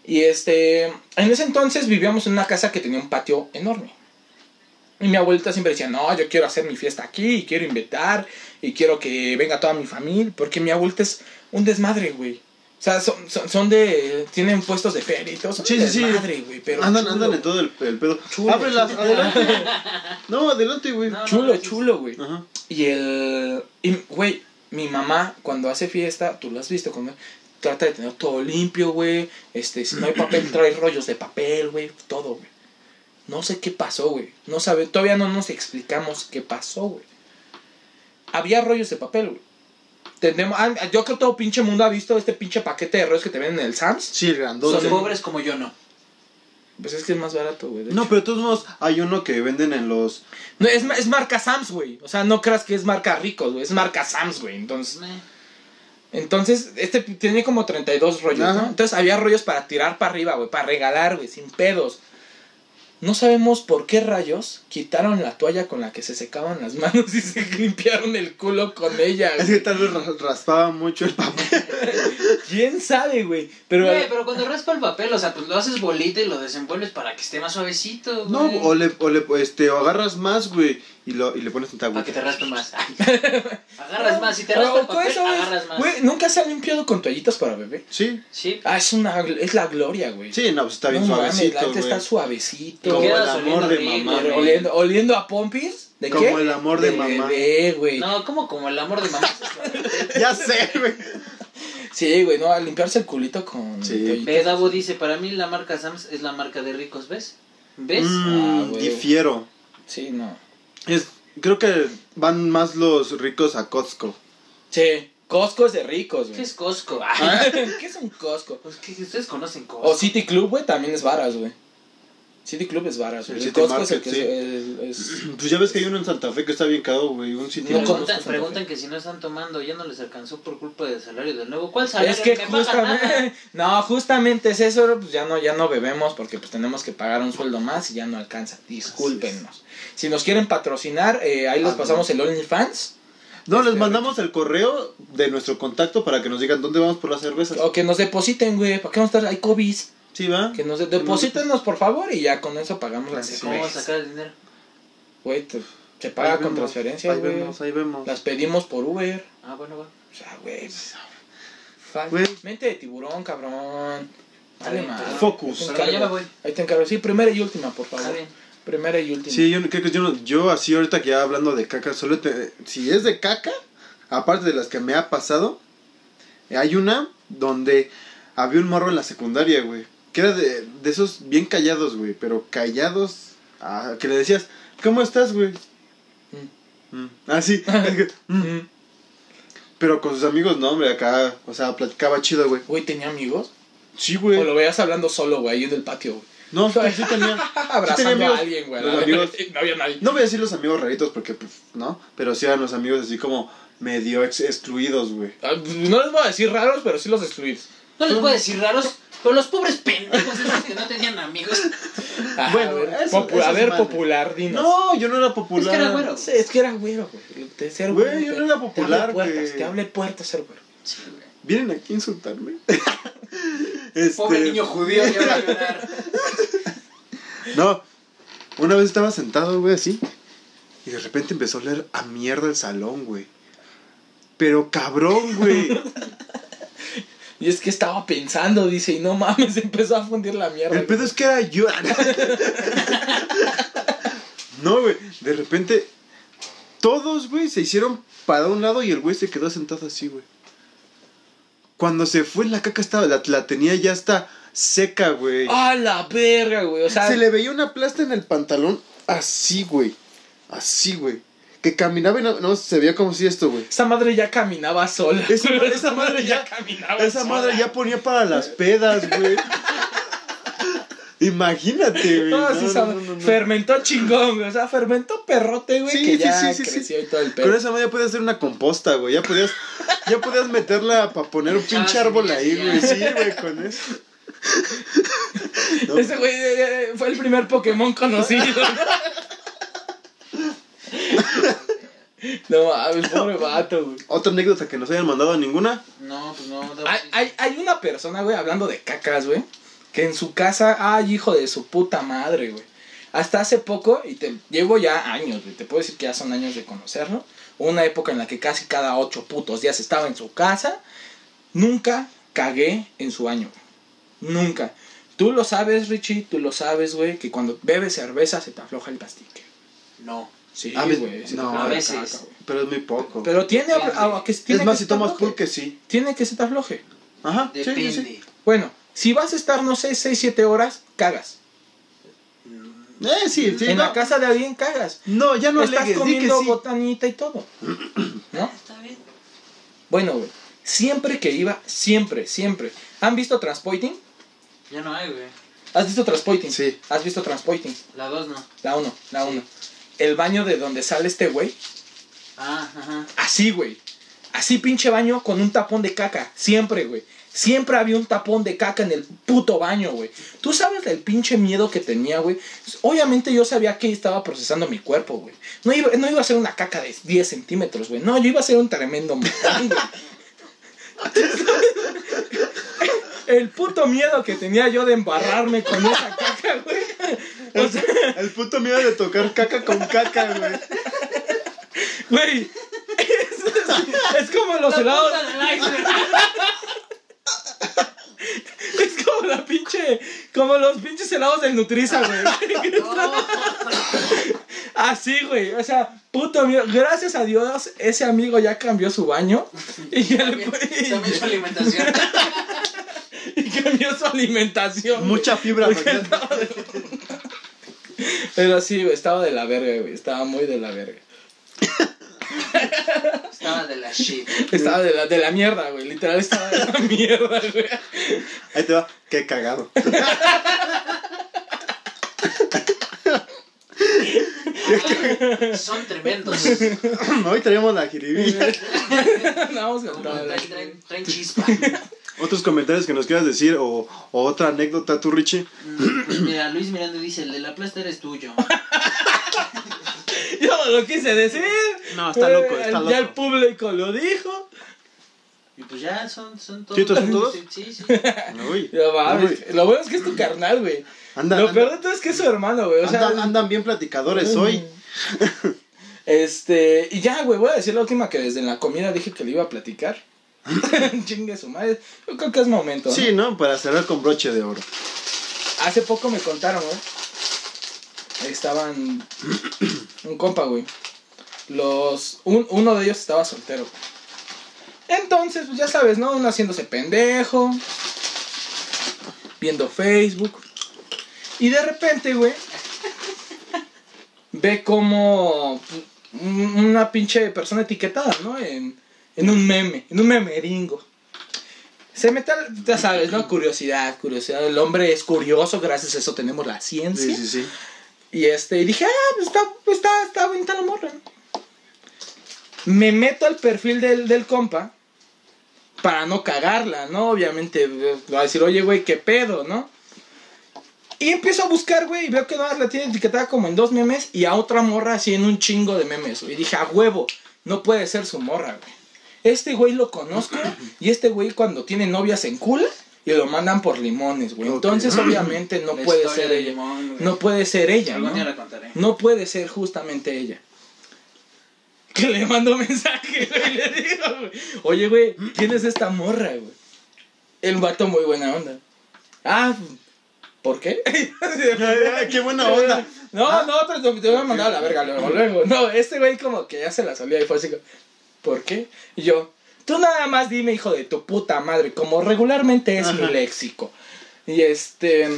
Speaker 2: Y este, en ese entonces vivíamos en una casa que tenía un patio enorme. Y mi abuelita siempre decía, no, yo quiero hacer mi fiesta aquí, y quiero invitar, y quiero que venga toda mi familia, porque mi abuelita es un desmadre, güey. O sea, son, son, son de. Tienen puestos de feria y todo. Son
Speaker 1: Sí,
Speaker 2: un
Speaker 1: sí, sí.
Speaker 2: desmadre, güey. Pero
Speaker 1: andan,
Speaker 2: chulo,
Speaker 1: andan en todo el, el pedo.
Speaker 2: Chulo.
Speaker 1: Ábrelas, adelante. no, adelante, güey.
Speaker 3: No,
Speaker 2: Chulo, chulo, güey.
Speaker 1: Ajá.
Speaker 2: Y el. y, güey, mi mamá cuando hace fiesta, tú lo has visto cuando. Trata de tener todo limpio, güey. Este, si no hay papel, trae rollos de papel, güey. Todo, güey. No sé qué pasó, güey. No sabe, todavía no nos explicamos qué pasó, güey. Había rollos de papel, güey. Tenemos, ah, yo creo que todo pinche mundo ha visto este pinche paquete de rollos que te venden en el Sams.
Speaker 1: Sí, el
Speaker 3: Los
Speaker 1: grandote.
Speaker 2: Son-
Speaker 3: pobres como yo no.
Speaker 2: Pues es que es más barato, güey. de
Speaker 1: No,
Speaker 2: hecho.
Speaker 1: pero de todos modos, hay uno que venden en los.
Speaker 2: No, es, ma- es marca Sams, güey. O sea, no creas que es marca Ricos, güey. Es marca Sams, güey. Entonces,
Speaker 3: Meh.
Speaker 2: entonces, este p- tiene como 32 rollos,
Speaker 1: Ajá.
Speaker 2: ¿no? Entonces había rollos para tirar para arriba, güey. Para regalar, güey. Sin pedos. No sabemos por qué rayos quitaron la toalla con la que se secaban las <laughs> manos y se limpiaron el culo con ella,
Speaker 1: Es
Speaker 2: güey.
Speaker 1: que tal vez ra- raspaba mucho el
Speaker 2: <laughs>
Speaker 1: papel.
Speaker 2: ¿Quién sabe, güey? Pero...
Speaker 3: Güey, pero cuando raspa el papel, o sea, pues lo haces bolita y lo desenvuelves para que esté más suavecito.
Speaker 1: No,
Speaker 3: güey.
Speaker 1: o le, o le este, o agarras más, güey, y, lo, y le pones tanta
Speaker 3: Para que te
Speaker 1: agüita.
Speaker 3: raspe <laughs> más. agarras más, si te raspa
Speaker 2: Pero,
Speaker 3: el
Speaker 2: ¿cómo
Speaker 3: papel,
Speaker 2: eso, güey?
Speaker 3: agarras más.
Speaker 2: Güey, nunca se ha limpiado con toallitas para bebé.
Speaker 1: Sí,
Speaker 3: Sí,
Speaker 2: Ah, es, una, gl- es la gloria, güey.
Speaker 1: sí, no, pues está bien
Speaker 2: No mames,
Speaker 1: suavecito.
Speaker 2: la neta
Speaker 1: güey.
Speaker 2: está suavecito.
Speaker 1: Como
Speaker 3: queda
Speaker 1: el amor
Speaker 3: oliendo
Speaker 1: de
Speaker 3: rico,
Speaker 1: mamá.
Speaker 3: güey.
Speaker 2: Oliendo, oliendo a pompis. ¿De
Speaker 1: Como
Speaker 2: qué?
Speaker 1: el amor de mamá.
Speaker 2: bebé, güey.
Speaker 3: No, como como el amor de <laughs> mamá.
Speaker 1: <laughs> Ya sé, güey.
Speaker 2: Sí, güey, no, a limpiarse el culito con.
Speaker 1: Sí.
Speaker 2: toallitas.
Speaker 3: Ve, Davo dice, para mí la marca Sams es la marca de ricos, ¿ves? ¿Ves?
Speaker 1: Mm,
Speaker 2: Ah, güey.
Speaker 1: difiero.
Speaker 2: Sí, no.
Speaker 1: Es, creo que van más los ricos a Costco. <clears throat>
Speaker 2: Sí, Costco es de ricos,
Speaker 3: ¿Qué
Speaker 2: güey. Ah.
Speaker 3: es Costco? Ah. Ay,
Speaker 2: <laughs> ¿Qué es un Costco?
Speaker 3: pues que ustedes conocen Costco.
Speaker 2: O City Club, güey, también es varas, güey. City Club es varas, güey.
Speaker 1: El
Speaker 2: El
Speaker 1: City
Speaker 2: Costco
Speaker 1: Market,
Speaker 2: es el que es- es- es-
Speaker 1: Pues ya ves que hay uno en Santa Fe que está bien caro, güey. Un sitio.
Speaker 2: No
Speaker 3: preguntan,
Speaker 2: conozco
Speaker 3: preguntan que si no están tomando, ya no les alcanzó por culpa del salario del nuevo. ¿Cuál salario?
Speaker 2: Es que
Speaker 3: Me pagan nada.
Speaker 2: justamente, <laughs> no, justamente es eso, pues ya no, ya no bebemos porque pues tenemos que pagar un sueldo más y ya no alcanza. Discúlpenos. Si nos quieren patrocinar, eh, ahí les
Speaker 1: Ah,
Speaker 2: pasamos el OnlyFans
Speaker 1: No, les
Speaker 2: Este,
Speaker 1: mandamos el correo de nuestro contacto para que nos digan dónde vamos por las cervezas.
Speaker 2: o que nos depositen, güey, ¿para qué vamos a estar? Hay COVID,
Speaker 1: Sí, va.
Speaker 2: Oh, que nos de- deposítenos por favor y ya con eso pagamos las
Speaker 1: Sí,
Speaker 3: ¿Cómo vamos a
Speaker 2: cervezas.
Speaker 3: sacar el dinero?
Speaker 2: Güey, te- se
Speaker 1: Ahí
Speaker 2: paga con
Speaker 1: vemos,
Speaker 2: transferencias,
Speaker 1: Ahí
Speaker 2: güey.
Speaker 1: vemos, ahí vemos.
Speaker 2: Las pedimos por Uber.
Speaker 3: Ah, bueno, bueno.
Speaker 2: O sea, güey.
Speaker 1: Güey.
Speaker 2: Mente de tiburón, cabrón. Dale,
Speaker 3: bien,
Speaker 2: madre.
Speaker 3: perdón.
Speaker 1: Focus.
Speaker 3: Pero ya me voy.
Speaker 2: Ahí te encargo. Sí, primera y última, por
Speaker 3: Está
Speaker 2: favor.
Speaker 3: bien.
Speaker 2: Primera y última.
Speaker 1: Sí, yo no- creo que yo, no- yo así ahorita que ya hablando de caca, solo te- si es de caca, aparte de las que me ha pasado, hay una donde había un morro en la secundaria, güey, que era de, de esos bien callados, güey, pero callados, ah, que le decías, ¿cómo estás, güey? Mm,
Speaker 2: <laughs>
Speaker 1: <laughs> Así,
Speaker 2: Mm.
Speaker 1: pero con sus amigos, no, hombre, acá, o sea, platicaba chido, güey.
Speaker 2: Güey, ¿tenía amigos?
Speaker 1: Sí,
Speaker 2: O
Speaker 1: güey.
Speaker 2: lo veías hablando solo, güey, ahí en el patio, güey. <laughs>
Speaker 1: No, sí, sí tenía.
Speaker 2: Abrazando
Speaker 1: amigos.
Speaker 2: a alguien, güey. <laughs>
Speaker 1: Los amigos.
Speaker 2: No había nadie.
Speaker 1: No voy a decir los amigos raritos porque, pues, ¿no? Pero sí eran los amigos así como medio ex- excluidos, güey.
Speaker 2: Ah, No les voy a decir raros, pero sí los excluís.
Speaker 3: No les voy a decir raros, pero los pobres pendejos esos que no tenían amigos.
Speaker 2: Ah,
Speaker 1: Bueno,
Speaker 2: a ver,
Speaker 1: eso-
Speaker 2: popu- a
Speaker 1: eso
Speaker 2: ver,
Speaker 1: es malo.
Speaker 2: popular, dinos.
Speaker 1: No, yo no era
Speaker 3: Es
Speaker 1: popular.
Speaker 3: que era güero.
Speaker 2: Sí, es que era güero, güey. De ser
Speaker 1: Güey,
Speaker 2: güero,
Speaker 1: yo
Speaker 2: te-
Speaker 1: no era
Speaker 2: Te
Speaker 1: popular,
Speaker 2: hable puertas,
Speaker 1: güey.
Speaker 2: te hable puertas ser güero.
Speaker 3: Sí, güey.
Speaker 1: ¿Vienen aquí a insultarme? Este,
Speaker 3: Pobre niño <laughs> judío, ya
Speaker 2: <laughs>
Speaker 3: va a llorar.
Speaker 1: No. Una vez estaba sentado, güey, así. Y de repente empezó a leer a mierda el salón, güey. Pero cabrón, güey.
Speaker 2: Y es que estaba pensando, dice, y no mames, <laughs> empezó a fundir la mierda.
Speaker 1: El pedo es que era yo. No, güey. De repente, todos, güey, se hicieron para un lado y el güey se quedó sentado así, güey. Cuando se fue, la caca estaba, la, la tenía ya hasta seca, güey.
Speaker 2: A la verga, güey. Ah, O sea,
Speaker 1: Se le veía una plasta en el pantalón así, güey. Así, güey. Que caminaba y no, no, se veía como si esto, güey.
Speaker 2: esa madre ya caminaba sola.
Speaker 1: Esa
Speaker 2: <laughs>
Speaker 1: ma- esa
Speaker 2: Esa
Speaker 1: madre ya-
Speaker 2: caminaba
Speaker 1: Esa madre
Speaker 2: sola.
Speaker 1: ya ponía para las pedas,
Speaker 2: <laughs>
Speaker 1: güey. Imagínate, güey.
Speaker 2: No,
Speaker 1: No,
Speaker 2: sí
Speaker 1: no,
Speaker 2: sabe.
Speaker 1: no, no, no.
Speaker 2: Fermentó chingón, güey. O sea, fermentó perrote, güey.
Speaker 1: Sí,
Speaker 2: que
Speaker 1: sí,
Speaker 2: ya
Speaker 1: sí, sí, sí.
Speaker 2: creció y todo el
Speaker 1: Con
Speaker 2: pedo.
Speaker 1: esa madre ya podías hacer una composta, güey. Ya podías, ya podías meterla para poner un
Speaker 3: Ya,
Speaker 1: pinche
Speaker 3: Ah, sí,
Speaker 1: árbol
Speaker 3: ya,
Speaker 1: ahí,
Speaker 3: ya.
Speaker 1: güey. Sí, güey, con eso. No,
Speaker 2: Ese güey eh, eh, fue el primer
Speaker 1: <laughs>
Speaker 2: Pokémon conocido. <laughs> no mames, pobre vato, güey.
Speaker 1: Otra anécdota que nos hayan mandado ninguna.
Speaker 3: No, pues no. Davo
Speaker 2: Hay,
Speaker 3: dice-
Speaker 2: hay, hay una persona, güey, hablando de cacas, güey. Que en su casa, ay, hijo de su puta madre, güey. Hasta hace poco, y te llevo ya años, güey. Te puedo decir que ya son años de conocerlo. Una época en la que casi cada ocho putos días estaba en su casa. Nunca cagué en su baño. güey. Nunca. Tú lo sabes, Richie, tú lo sabes, güey, que cuando bebes cerveza se te afloja el pastique.
Speaker 3: No.
Speaker 2: Sí,
Speaker 1: A veces-
Speaker 2: güey. se te
Speaker 1: no,
Speaker 2: afloja
Speaker 1: a
Speaker 2: la
Speaker 3: veces.
Speaker 2: caca, güey.
Speaker 1: Pero es muy poco.
Speaker 2: Pero tiene,
Speaker 3: Depende.
Speaker 2: a- a- que tiene
Speaker 1: es
Speaker 2: que
Speaker 1: más,
Speaker 2: se
Speaker 1: si
Speaker 2: te
Speaker 1: tomas
Speaker 2: afloje.
Speaker 1: pulque, sí.
Speaker 2: Tiene que se te afloje.
Speaker 1: Ajá. sí, sí,
Speaker 3: Depende.
Speaker 1: sí.
Speaker 2: Bueno, si vas a estar, no sé, 6, 7 horas, cagas.
Speaker 1: Eh, sí, sí.
Speaker 2: en
Speaker 1: no.
Speaker 2: la casa de alguien cagas.
Speaker 1: No, ya no
Speaker 2: Estás
Speaker 1: legues, di que
Speaker 2: comiendo
Speaker 1: sí.
Speaker 2: botanita y todo. ¿No?
Speaker 3: Está bien.
Speaker 2: Bueno, güey. Siempre que iba, siempre, siempre. ¿Han visto Transpointing?
Speaker 3: Ya no hay, güey.
Speaker 2: ¿Has visto Transpoiting?
Speaker 1: Sí.
Speaker 2: ¿Has visto Transpoiting?
Speaker 3: La dos no.
Speaker 2: La 1, la
Speaker 3: Sí.
Speaker 2: 1. El baño de donde sale este güey.
Speaker 3: Ah, ajá.
Speaker 2: Así, güey. Así pinche baño con un tapón de caca. Siempre, güey. Siempre había un tapón de caca en el puto baño, güey. Tú sabes del pinche miedo que tenía, güey. Obviamente yo sabía que estaba procesando mi cuerpo, güey. No iba, no iba a ser una caca de 10 centímetros, güey. No, yo iba a ser un tremendo montón, güey. <laughs> El puto miedo que tenía yo de embarrarme con esa caca, güey. O sea,
Speaker 1: <laughs> El puto miedo de tocar caca con caca, güey.
Speaker 2: güey. <laughs> Es, es como los helados.
Speaker 3: La punta
Speaker 2: <laughs>
Speaker 3: del iceberg.
Speaker 2: Es como la pinche. Como los pinches helados del Nutriza,
Speaker 3: <laughs>
Speaker 2: güey. Así, güey. O sea, puto miedo. Gracias a Dios, ese amigo ya cambió su baño. Y ya le
Speaker 3: También- También su
Speaker 2: fue- <laughs>
Speaker 3: alimentación.
Speaker 2: Y cambió su alimentación. güey.
Speaker 1: Mucha fibra,
Speaker 2: Porque
Speaker 1: güey.
Speaker 2: estaba de- Pero sí, güey, estaba de la verga, güey. Estaba muy de la verga.
Speaker 3: Estaba de la shit.
Speaker 2: Estaba de la, de la mierda, güey. Literal, estaba de la mierda, güey. <laughs>
Speaker 1: Ahí te va. Qué cagado. <laughs>
Speaker 3: Son tremendos. <laughs>
Speaker 1: Hoy traemos la
Speaker 2: <laughs>
Speaker 1: jiribilla.
Speaker 2: No, vamos a
Speaker 3: Como
Speaker 2: entrar.
Speaker 3: traen, traen- traen chispa.
Speaker 1: Otros comentarios que nos quieras decir o, o otra anécdota, tú,
Speaker 2: <laughs>
Speaker 1: Richie.
Speaker 3: Mm, pues Mira, Luis Miranda dice, el de la plasta eres tuyo.
Speaker 2: Yo no lo quise decir. Eh,
Speaker 1: No, está loco, está
Speaker 2: Ya el
Speaker 1: loco.
Speaker 2: público lo dijo.
Speaker 3: Y pues ya son, son todos.
Speaker 1: ¿Sí, estos son todos?
Speaker 3: Sí, sí. sí.
Speaker 1: Uy.
Speaker 2: Ya va,
Speaker 1: Uy.
Speaker 2: güey. Lo bueno es que es tu carnal, güey.
Speaker 1: Anda,
Speaker 2: lo
Speaker 1: anda. pues,
Speaker 2: peor de todo es que es su hermano, güey. O sea,
Speaker 1: andan, andan bien platicadores hoy.
Speaker 2: Este, y ya, güey, voy a decir la última que desde la comida dije que le iba a platicar. <laughs> Chingue su madre. Yo creo que es momento. ¿no?
Speaker 1: Sí, ¿no? Para cerrar con broche de oro.
Speaker 2: Hace poco me contaron, güey. Estaban. <clears throat> un compa, güey. Los. un- uno de ellos estaba soltero. Entonces, pues ya sabes, ¿no? Uno haciéndose pendejo. Viendo Facebook. Y de repente, güey. ve como. pues, un- Una pinche persona etiquetada, ¿no? En, en un meme. En un memeringo. Se mete, al- ya sabes, ¿no? Curiosidad, curiosidad. El hombre es curioso, gracias a eso tenemos la ciencia.
Speaker 1: Sí, sí, sí.
Speaker 2: Y este, y dije, ah, pues está, pues está, está bonita la morra. ¿no? Me meto al perfil del, del compa para no cagarla, ¿no? Obviamente, eh, va a decir, oye, güey, qué pedo, ¿no? Y empiezo a buscar, güey, y veo que nada más la tiene etiquetada como en dos memes y a otra morra así en un chingo de memes. güey. Y dije, a huevo, no puede ser su morra, güey. Este güey lo conozco y este güey cuando tiene novia se encula y lo mandan por limones, güey.
Speaker 1: Ok.
Speaker 2: Entonces, obviamente, no
Speaker 3: La
Speaker 2: puede
Speaker 3: historia
Speaker 2: ser
Speaker 3: de
Speaker 2: ella.
Speaker 3: Limón, güey.
Speaker 2: No puede ser ella,
Speaker 3: Algún día
Speaker 2: ¿no?
Speaker 3: la contaré.
Speaker 2: No puede ser justamente ella. <laughs> Que le mando mensaje, güey, y le digo, güey, oye, güey, ¿quién es esta morra, güey? El vato muy buena onda. Ah, ¿por qué? <laughs>
Speaker 1: Ay, Eh, qué buena onda.
Speaker 2: No, no, pero te, te voy a mandar a la verga luego, luego. No, este güey como que ya se la solía y fue así como, ¿por qué? Y yo, tú nada más dime, hijo de tu puta madre, como regularmente es mi
Speaker 1: Ajá.
Speaker 2: léxico. Y este,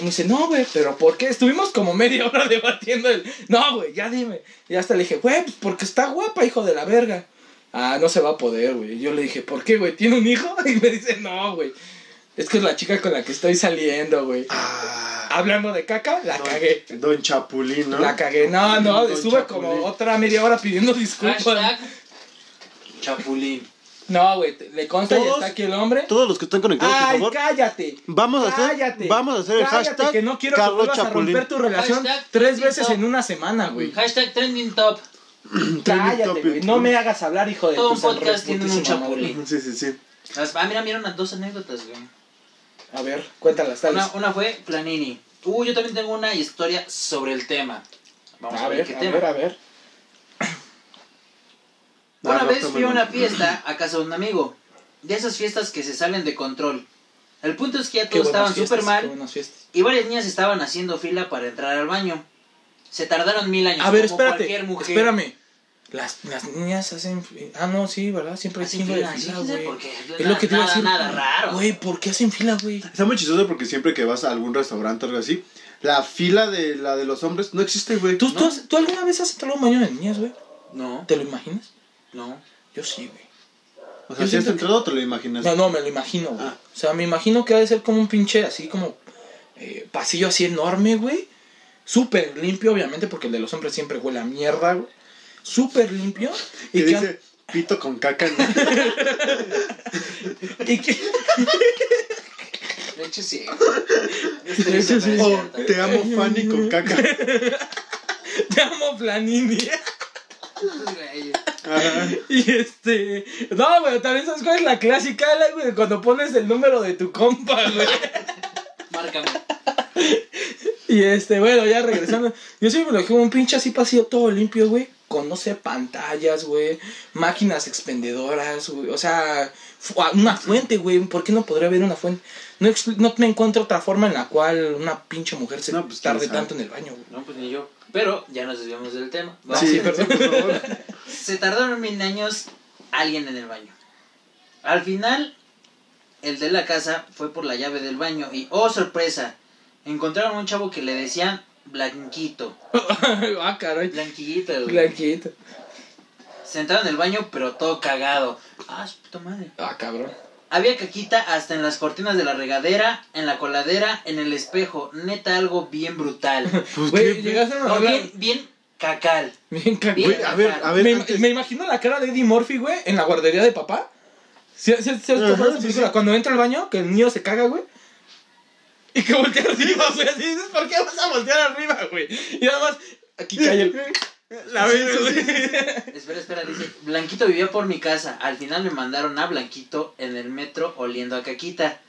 Speaker 2: me dice, no, güey, pero ¿por qué? Estuvimos como media <laughs> hora debatiendo el, no, güey, ya dime. Y hasta le dije, güey, pues porque está guapa, hijo de la verga. Ah, no se va a poder, güey. Y Yo le dije, ¿por qué, güey? ¿Tiene un hijo? <laughs> Y me dice, no, güey. Es que es la chica con la que estoy saliendo, güey.
Speaker 1: Ah,
Speaker 2: Hablando de caca, la cagué.
Speaker 1: don, don Chapulín, ¿no?
Speaker 2: La cagué. No, no,
Speaker 1: Don
Speaker 2: estuve
Speaker 1: Chapulín.
Speaker 2: como otra media hora pidiendo disculpas.
Speaker 3: Hashtag Chapulín.
Speaker 2: No, güey, te- le consta y
Speaker 1: Todos-
Speaker 2: está aquí el hombre.
Speaker 1: Todos los que están conectados, por
Speaker 2: Ay,
Speaker 1: favor.
Speaker 2: cállate.
Speaker 1: Vamos a hacer,
Speaker 2: cállate,
Speaker 1: vamos a hacer el
Speaker 2: cállate,
Speaker 1: hashtag
Speaker 2: que no quiero que
Speaker 1: Carlos
Speaker 2: vuelvas a
Speaker 1: Chapulín.
Speaker 2: romper tu relación
Speaker 3: Hashtag
Speaker 2: tres
Speaker 3: Trending
Speaker 2: veces
Speaker 3: Top.
Speaker 2: en una semana, güey.
Speaker 3: Hashtag Trending Top.
Speaker 2: Cállate,
Speaker 1: topic.
Speaker 2: güey. No me hagas hablar, hijo de
Speaker 3: Todo
Speaker 2: tu
Speaker 3: un
Speaker 2: san
Speaker 3: podcast tiene un
Speaker 2: reputísima madre.
Speaker 3: chapulín.
Speaker 1: Sí, sí, sí.
Speaker 3: Las- Ah, mira, mira unas dos anécdotas, güey.
Speaker 2: A ver, cuéntalas, tal
Speaker 3: Una, una fue Planini. Uh, yo también tengo una historia sobre el tema. Vamos a,
Speaker 2: A
Speaker 3: ver,
Speaker 2: ver,
Speaker 3: qué
Speaker 2: a
Speaker 3: tema.
Speaker 2: ver, a ver.
Speaker 3: Una
Speaker 1: Ah, no,
Speaker 3: vez
Speaker 1: está muy
Speaker 3: fui a una
Speaker 1: bueno.
Speaker 2: <laughs>
Speaker 3: fiesta a casa de un amigo. De esas fiestas que se salen de control. El punto es que ya
Speaker 2: Qué
Speaker 3: todos estaban
Speaker 2: buenas
Speaker 3: súper
Speaker 2: fiestas, qué
Speaker 3: mal
Speaker 2: buenas fiestas.
Speaker 3: y varias niñas estaban haciendo fila para entrar al baño. Se tardaron mil años.
Speaker 2: A ver,
Speaker 3: como
Speaker 2: espérate.
Speaker 3: cualquier mujer.
Speaker 2: Espérame. Las, las niñas hacen. fi- Ah, no, sí, ¿verdad? Siempre hay
Speaker 3: Hacen
Speaker 2: chingo de
Speaker 3: fila, sí,
Speaker 2: fila,
Speaker 3: sí,
Speaker 2: güey.
Speaker 3: porque
Speaker 2: Es lo que te iba a
Speaker 3: nada-
Speaker 2: decir.
Speaker 3: nada raro.
Speaker 2: Güey, ¿por qué hacen fila, güey?
Speaker 1: Está muy chistoso porque siempre que vas a algún restaurante o algo así, la fila de la de los hombres no existe, güey.
Speaker 2: ¿Tú,
Speaker 3: No.
Speaker 2: tú, has- ¿Tú alguna vez has entrado a un baño de niñas, güey?
Speaker 3: No,
Speaker 2: ¿Te lo imaginas?
Speaker 3: no.
Speaker 2: Yo sí, güey.
Speaker 1: O sea,
Speaker 2: yo
Speaker 1: si has
Speaker 2: siento que-
Speaker 1: entrado, te lo imaginas.
Speaker 2: No, no, me lo imagino, güey.
Speaker 1: Ah.
Speaker 2: O sea, me imagino que ha de ser como un pinche así como. eh, pasillo así enorme, güey. Súper limpio, obviamente, porque el de los hombres siempre huele a mierda, güey. Súper limpio.
Speaker 1: Y
Speaker 2: Y que,
Speaker 1: dice pito con caca. ¿no?
Speaker 2: <laughs> y que- <laughs>
Speaker 3: De hecho, sí. Es triste,
Speaker 2: hecho, sí. Oh,
Speaker 1: o
Speaker 3: pero es cierto.
Speaker 1: te amo Fanny
Speaker 2: <laughs>
Speaker 1: con caca.
Speaker 2: te amo, Planini.
Speaker 3: Güey.
Speaker 1: Ajá.
Speaker 2: Y este. No, güey, también sabes cuál es la clásica, la, güey, cuando pones el número de tu compa, güey.
Speaker 3: Márcame.
Speaker 2: Y este, bueno, ya regresando. Yo siempre me lo dejé un pinche así pasillo todo limpio, güey. Con, no sé, pantallas, güey. Máquinas expendedoras, güey. O sea, fu- a- una fuente, güey. ¿Por qué no podría haber una fuente? No, expl- no me encuentro otra forma en la cual una pinche mujer se
Speaker 1: No, pues, quién
Speaker 2: tarde
Speaker 1: sabe.
Speaker 2: tanto en el baño, güey. <laughs>
Speaker 3: No, pues ni yo. Pero ya nos desviamos del tema. Vamos.
Speaker 1: Sí,
Speaker 2: sí, perdón.
Speaker 1: por favor.
Speaker 3: Se tardaron mil años alguien en el baño. Al final, el de la casa fue por la llave del baño y, oh sorpresa, encontraron un chavo que le decían Blanquito.
Speaker 2: ah, caray.
Speaker 3: Blanquito. güey.
Speaker 2: Blanquito.
Speaker 3: Sentado en el baño, pero todo cagado. Ah, su puta madre.
Speaker 2: Ah, cabrón.
Speaker 3: Había caquita hasta en las cortinas de la regadera, en la coladera, en el espejo. Neta, algo bien brutal.
Speaker 1: Pues,
Speaker 2: Güey,
Speaker 1: ¿qué?
Speaker 2: llegaste a
Speaker 3: No,
Speaker 2: hablar.
Speaker 3: bien, bien cacal.
Speaker 2: Bien cagado.
Speaker 1: Güey, a ver, a ver.
Speaker 2: Me,
Speaker 1: antes-
Speaker 2: me imagino la cara de Eddie Murphy, güey, en la guardería de papá. ¿Sí, sí, sí, has
Speaker 1: Ajá,
Speaker 2: topado esa
Speaker 1: sí,
Speaker 2: película?
Speaker 1: sí.
Speaker 2: Cuando entra al baño, que el niño se caga, güey. Y que voltea arriba, güey. Así dices, ¿por qué vas a voltear arriba, güey? Y además, aquí cae el.
Speaker 1: La beso, sí, sí.
Speaker 3: Espera, espera, dice, Blanquito vivía por mi casa. Al final me mandaron a Blanquito en el metro oliendo a caquita.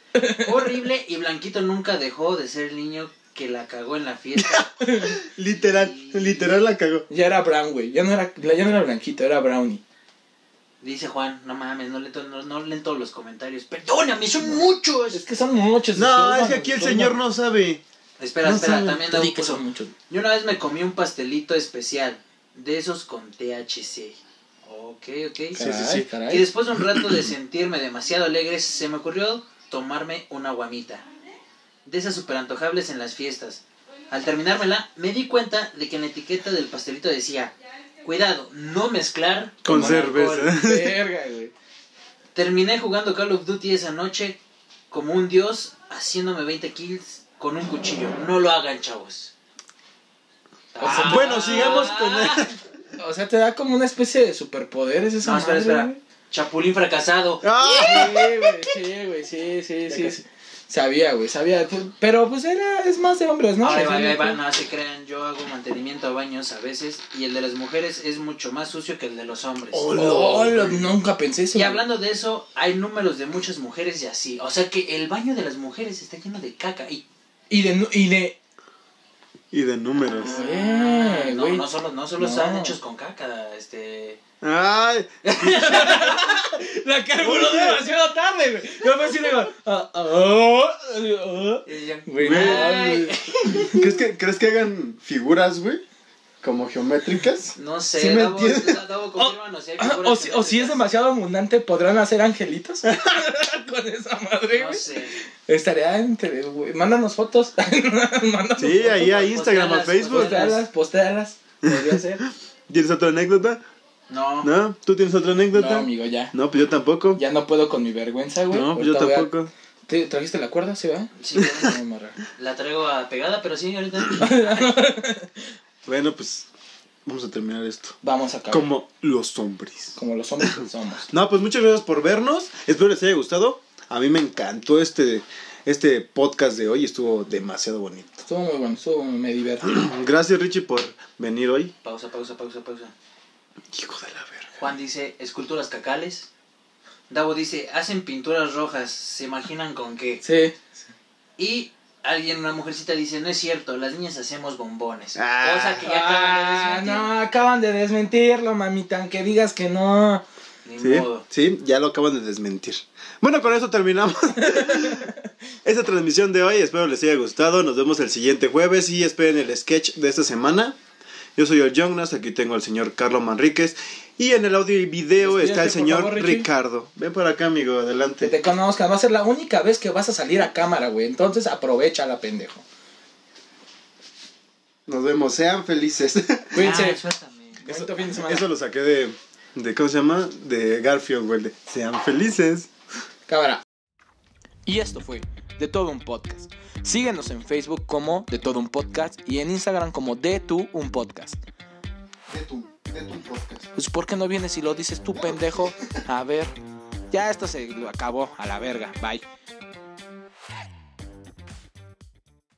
Speaker 3: Horrible y Blanquito nunca dejó de ser el niño que la cagó en la fiesta.
Speaker 1: Literal, literal la cagó.
Speaker 2: Ya era Brown, güey. Ya no era, ya no era blanquito, era Brownie.
Speaker 3: Dice Juan, no mames, no leen, to- no, no leen todos los comentarios. Perdóname, son muchos.
Speaker 2: Es que son muchos.
Speaker 1: No,
Speaker 2: se
Speaker 1: es que
Speaker 2: suman,
Speaker 1: aquí el
Speaker 2: se suman.
Speaker 1: señor no sabe.
Speaker 3: Espera,
Speaker 1: No
Speaker 3: espera,
Speaker 1: saben,
Speaker 3: también
Speaker 2: Te
Speaker 3: David
Speaker 2: digo que
Speaker 3: puso,
Speaker 2: son muchos.
Speaker 3: Yo una vez me comí un pastelito especial, de esos con THC. Ok, ok.
Speaker 1: Sí, sí, sí.
Speaker 2: Caray,
Speaker 3: Y después de un rato de sentirme demasiado alegre, se me ocurrió tomarme una guamita. De esas super antojables en las fiestas. Al terminármela, me di cuenta de que en la etiqueta del pastelito decía, cuidado, no mezclar
Speaker 1: Con
Speaker 3: alcohol".
Speaker 1: cerveza.
Speaker 2: caray. Verga, güey.
Speaker 3: Terminé jugando Call of Duty esa noche como un dios, haciéndome 20 kills con un cuchillo. No lo hagan, chavos. Ah.
Speaker 2: Ah.
Speaker 1: Bueno, sigamos con-
Speaker 2: O sea, te da como una especie de superpoderes esa
Speaker 3: No, espera,
Speaker 2: madre,
Speaker 3: espera.
Speaker 2: güey.
Speaker 3: Chapulín fracasado.
Speaker 1: ¡Ah!
Speaker 2: <laughs> Sí, güey, sí, güey, sí, sí, sí, sí. Sabía, güey, sabía. Pu- Pero pues era, es más de hombres, ¿no?
Speaker 3: Ahora,
Speaker 2: O sea,
Speaker 3: ahí va, ahí va,
Speaker 2: güey.
Speaker 3: no se crean, yo hago mantenimiento a baños a veces y el de las mujeres es mucho más sucio que el de los hombres.
Speaker 1: Hola.
Speaker 2: Oh, lo- nunca pensé eso.
Speaker 3: Y
Speaker 2: güey.
Speaker 3: hablando de eso, hay números de muchas mujeres y así. O sea que el baño de las mujeres está lleno de caca y...
Speaker 2: Y de, nu- y de,
Speaker 1: Y de números.
Speaker 2: Güey,
Speaker 3: Ah, no,
Speaker 2: güey.
Speaker 3: no solo, no solo
Speaker 2: No.
Speaker 3: están hechos con caca, este...
Speaker 1: Ay,
Speaker 2: La carburó demasiado tarde, güey. Yo me así digo, ah, ah, ah.
Speaker 3: y ya.
Speaker 2: Güey,
Speaker 1: Güey.
Speaker 2: no, güey.
Speaker 1: <laughs> ¿crees que, ¿crees que hagan figuras, güey? Como geométricas.
Speaker 3: No sé,
Speaker 1: ¿Sí me
Speaker 3: Davo,
Speaker 1: entiendes?
Speaker 3: <laughs> Davo, confírmanos si hay
Speaker 2: Ah,
Speaker 3: figuras
Speaker 2: O si, o si es
Speaker 3: geométricas.
Speaker 2: demasiado abundante, ¿podrán hacer <laughs> angelitos? Con esa madre,
Speaker 3: No
Speaker 2: güey.
Speaker 3: sé.
Speaker 2: Estaría entre, güey. Mándanos fotos. <laughs> Mándanos
Speaker 1: Sí, ahí a Instagram, a
Speaker 3: Postealas,
Speaker 1: Facebook.
Speaker 2: Postéalas, postéalas. Podría ser.
Speaker 1: ¿Tienes otra anécdota?
Speaker 3: No.
Speaker 1: ¿No? ¿Tú tienes otra
Speaker 2: No,
Speaker 1: anécdota?
Speaker 2: amigo, ya.
Speaker 1: No, pues yo tampoco.
Speaker 2: Ya no puedo con mi vergüenza, güey.
Speaker 1: No, pues yo
Speaker 2: Ahorita voy a-
Speaker 1: tampoco.
Speaker 2: ¿Te- ¿Trajiste la cuerda? ¿Sí, va?
Speaker 3: Sí, bueno,
Speaker 2: No, morra.
Speaker 3: la traigo a pegada, pero
Speaker 2: <laughs>
Speaker 3: sí, ahorita...
Speaker 1: Bueno, pues vamos a terminar esto.
Speaker 2: Vamos a acabar. Como,
Speaker 1: Como los hombres.
Speaker 2: los hombres que somos.
Speaker 1: No, pues muchas gracias por vernos. Espero les haya gustado. A mí me encantó este, este podcast de hoy. Estuvo demasiado
Speaker 2: <clears throat>
Speaker 1: bonito.
Speaker 2: Estuvo muy bueno, estuvo, me divertí.
Speaker 1: Gracias, Richie, por venir hoy.
Speaker 3: Pausa, pausa, pausa, pausa.
Speaker 1: Hijo de la verga.
Speaker 3: Juan dice, esculturas cacales. Davo dice, hacen pinturas rojas, ¿se imaginan con qué?
Speaker 2: Sí.
Speaker 3: Y alguien, una mujercita dice, no es cierto, las niñas hacemos bombones.
Speaker 1: Ah.
Speaker 3: cosa que ya
Speaker 2: Ah,
Speaker 3: acaban de
Speaker 2: no, acaban de desmentirlo, mamita. Aunque digas que no.
Speaker 3: desmentir. Ni
Speaker 1: Sí,
Speaker 3: modo.
Speaker 1: sí, ya lo acaban de desmentir. Bueno, con eso
Speaker 2: <laughs>
Speaker 1: terminamos. Esta transmisión de hoy, espero les haya gustado. Nos vemos el siguiente jueves y esperen el sketch de esta semana. Yo soy el Jonas, aquí tengo al señor Carlos Manríquez y en el audio y video
Speaker 2: Despídete,
Speaker 1: está el
Speaker 2: por
Speaker 1: señor
Speaker 2: favor, Richie.
Speaker 1: Ricardo. Ven para acá, amigo,
Speaker 2: Que
Speaker 1: adelante.
Speaker 2: te conozcan. Va a ser la única vez que vas a salir a cámara, güey. Entonces aprovecha la pendejo.
Speaker 1: Nos vemos, sean felices. <laughs>
Speaker 2: Cuídense.
Speaker 3: Ah, suéltame.
Speaker 2: Bonito fin de semana.
Speaker 1: Eso lo saqué de, de ¿cómo se llama? De Garfield, güey. de Sean felices.
Speaker 2: Cámara. Y esto fue De Todo Un Podcast. Síguenos en Facebook como De Todo Un Podcast y en Instagram como De Tú Un Podcast.
Speaker 4: De tu, de tu podcast.
Speaker 2: Pues ¿por qué no vienes y lo dices tú, pendejo? A ver. Ya esto se lo acabó, a la verga. Bye.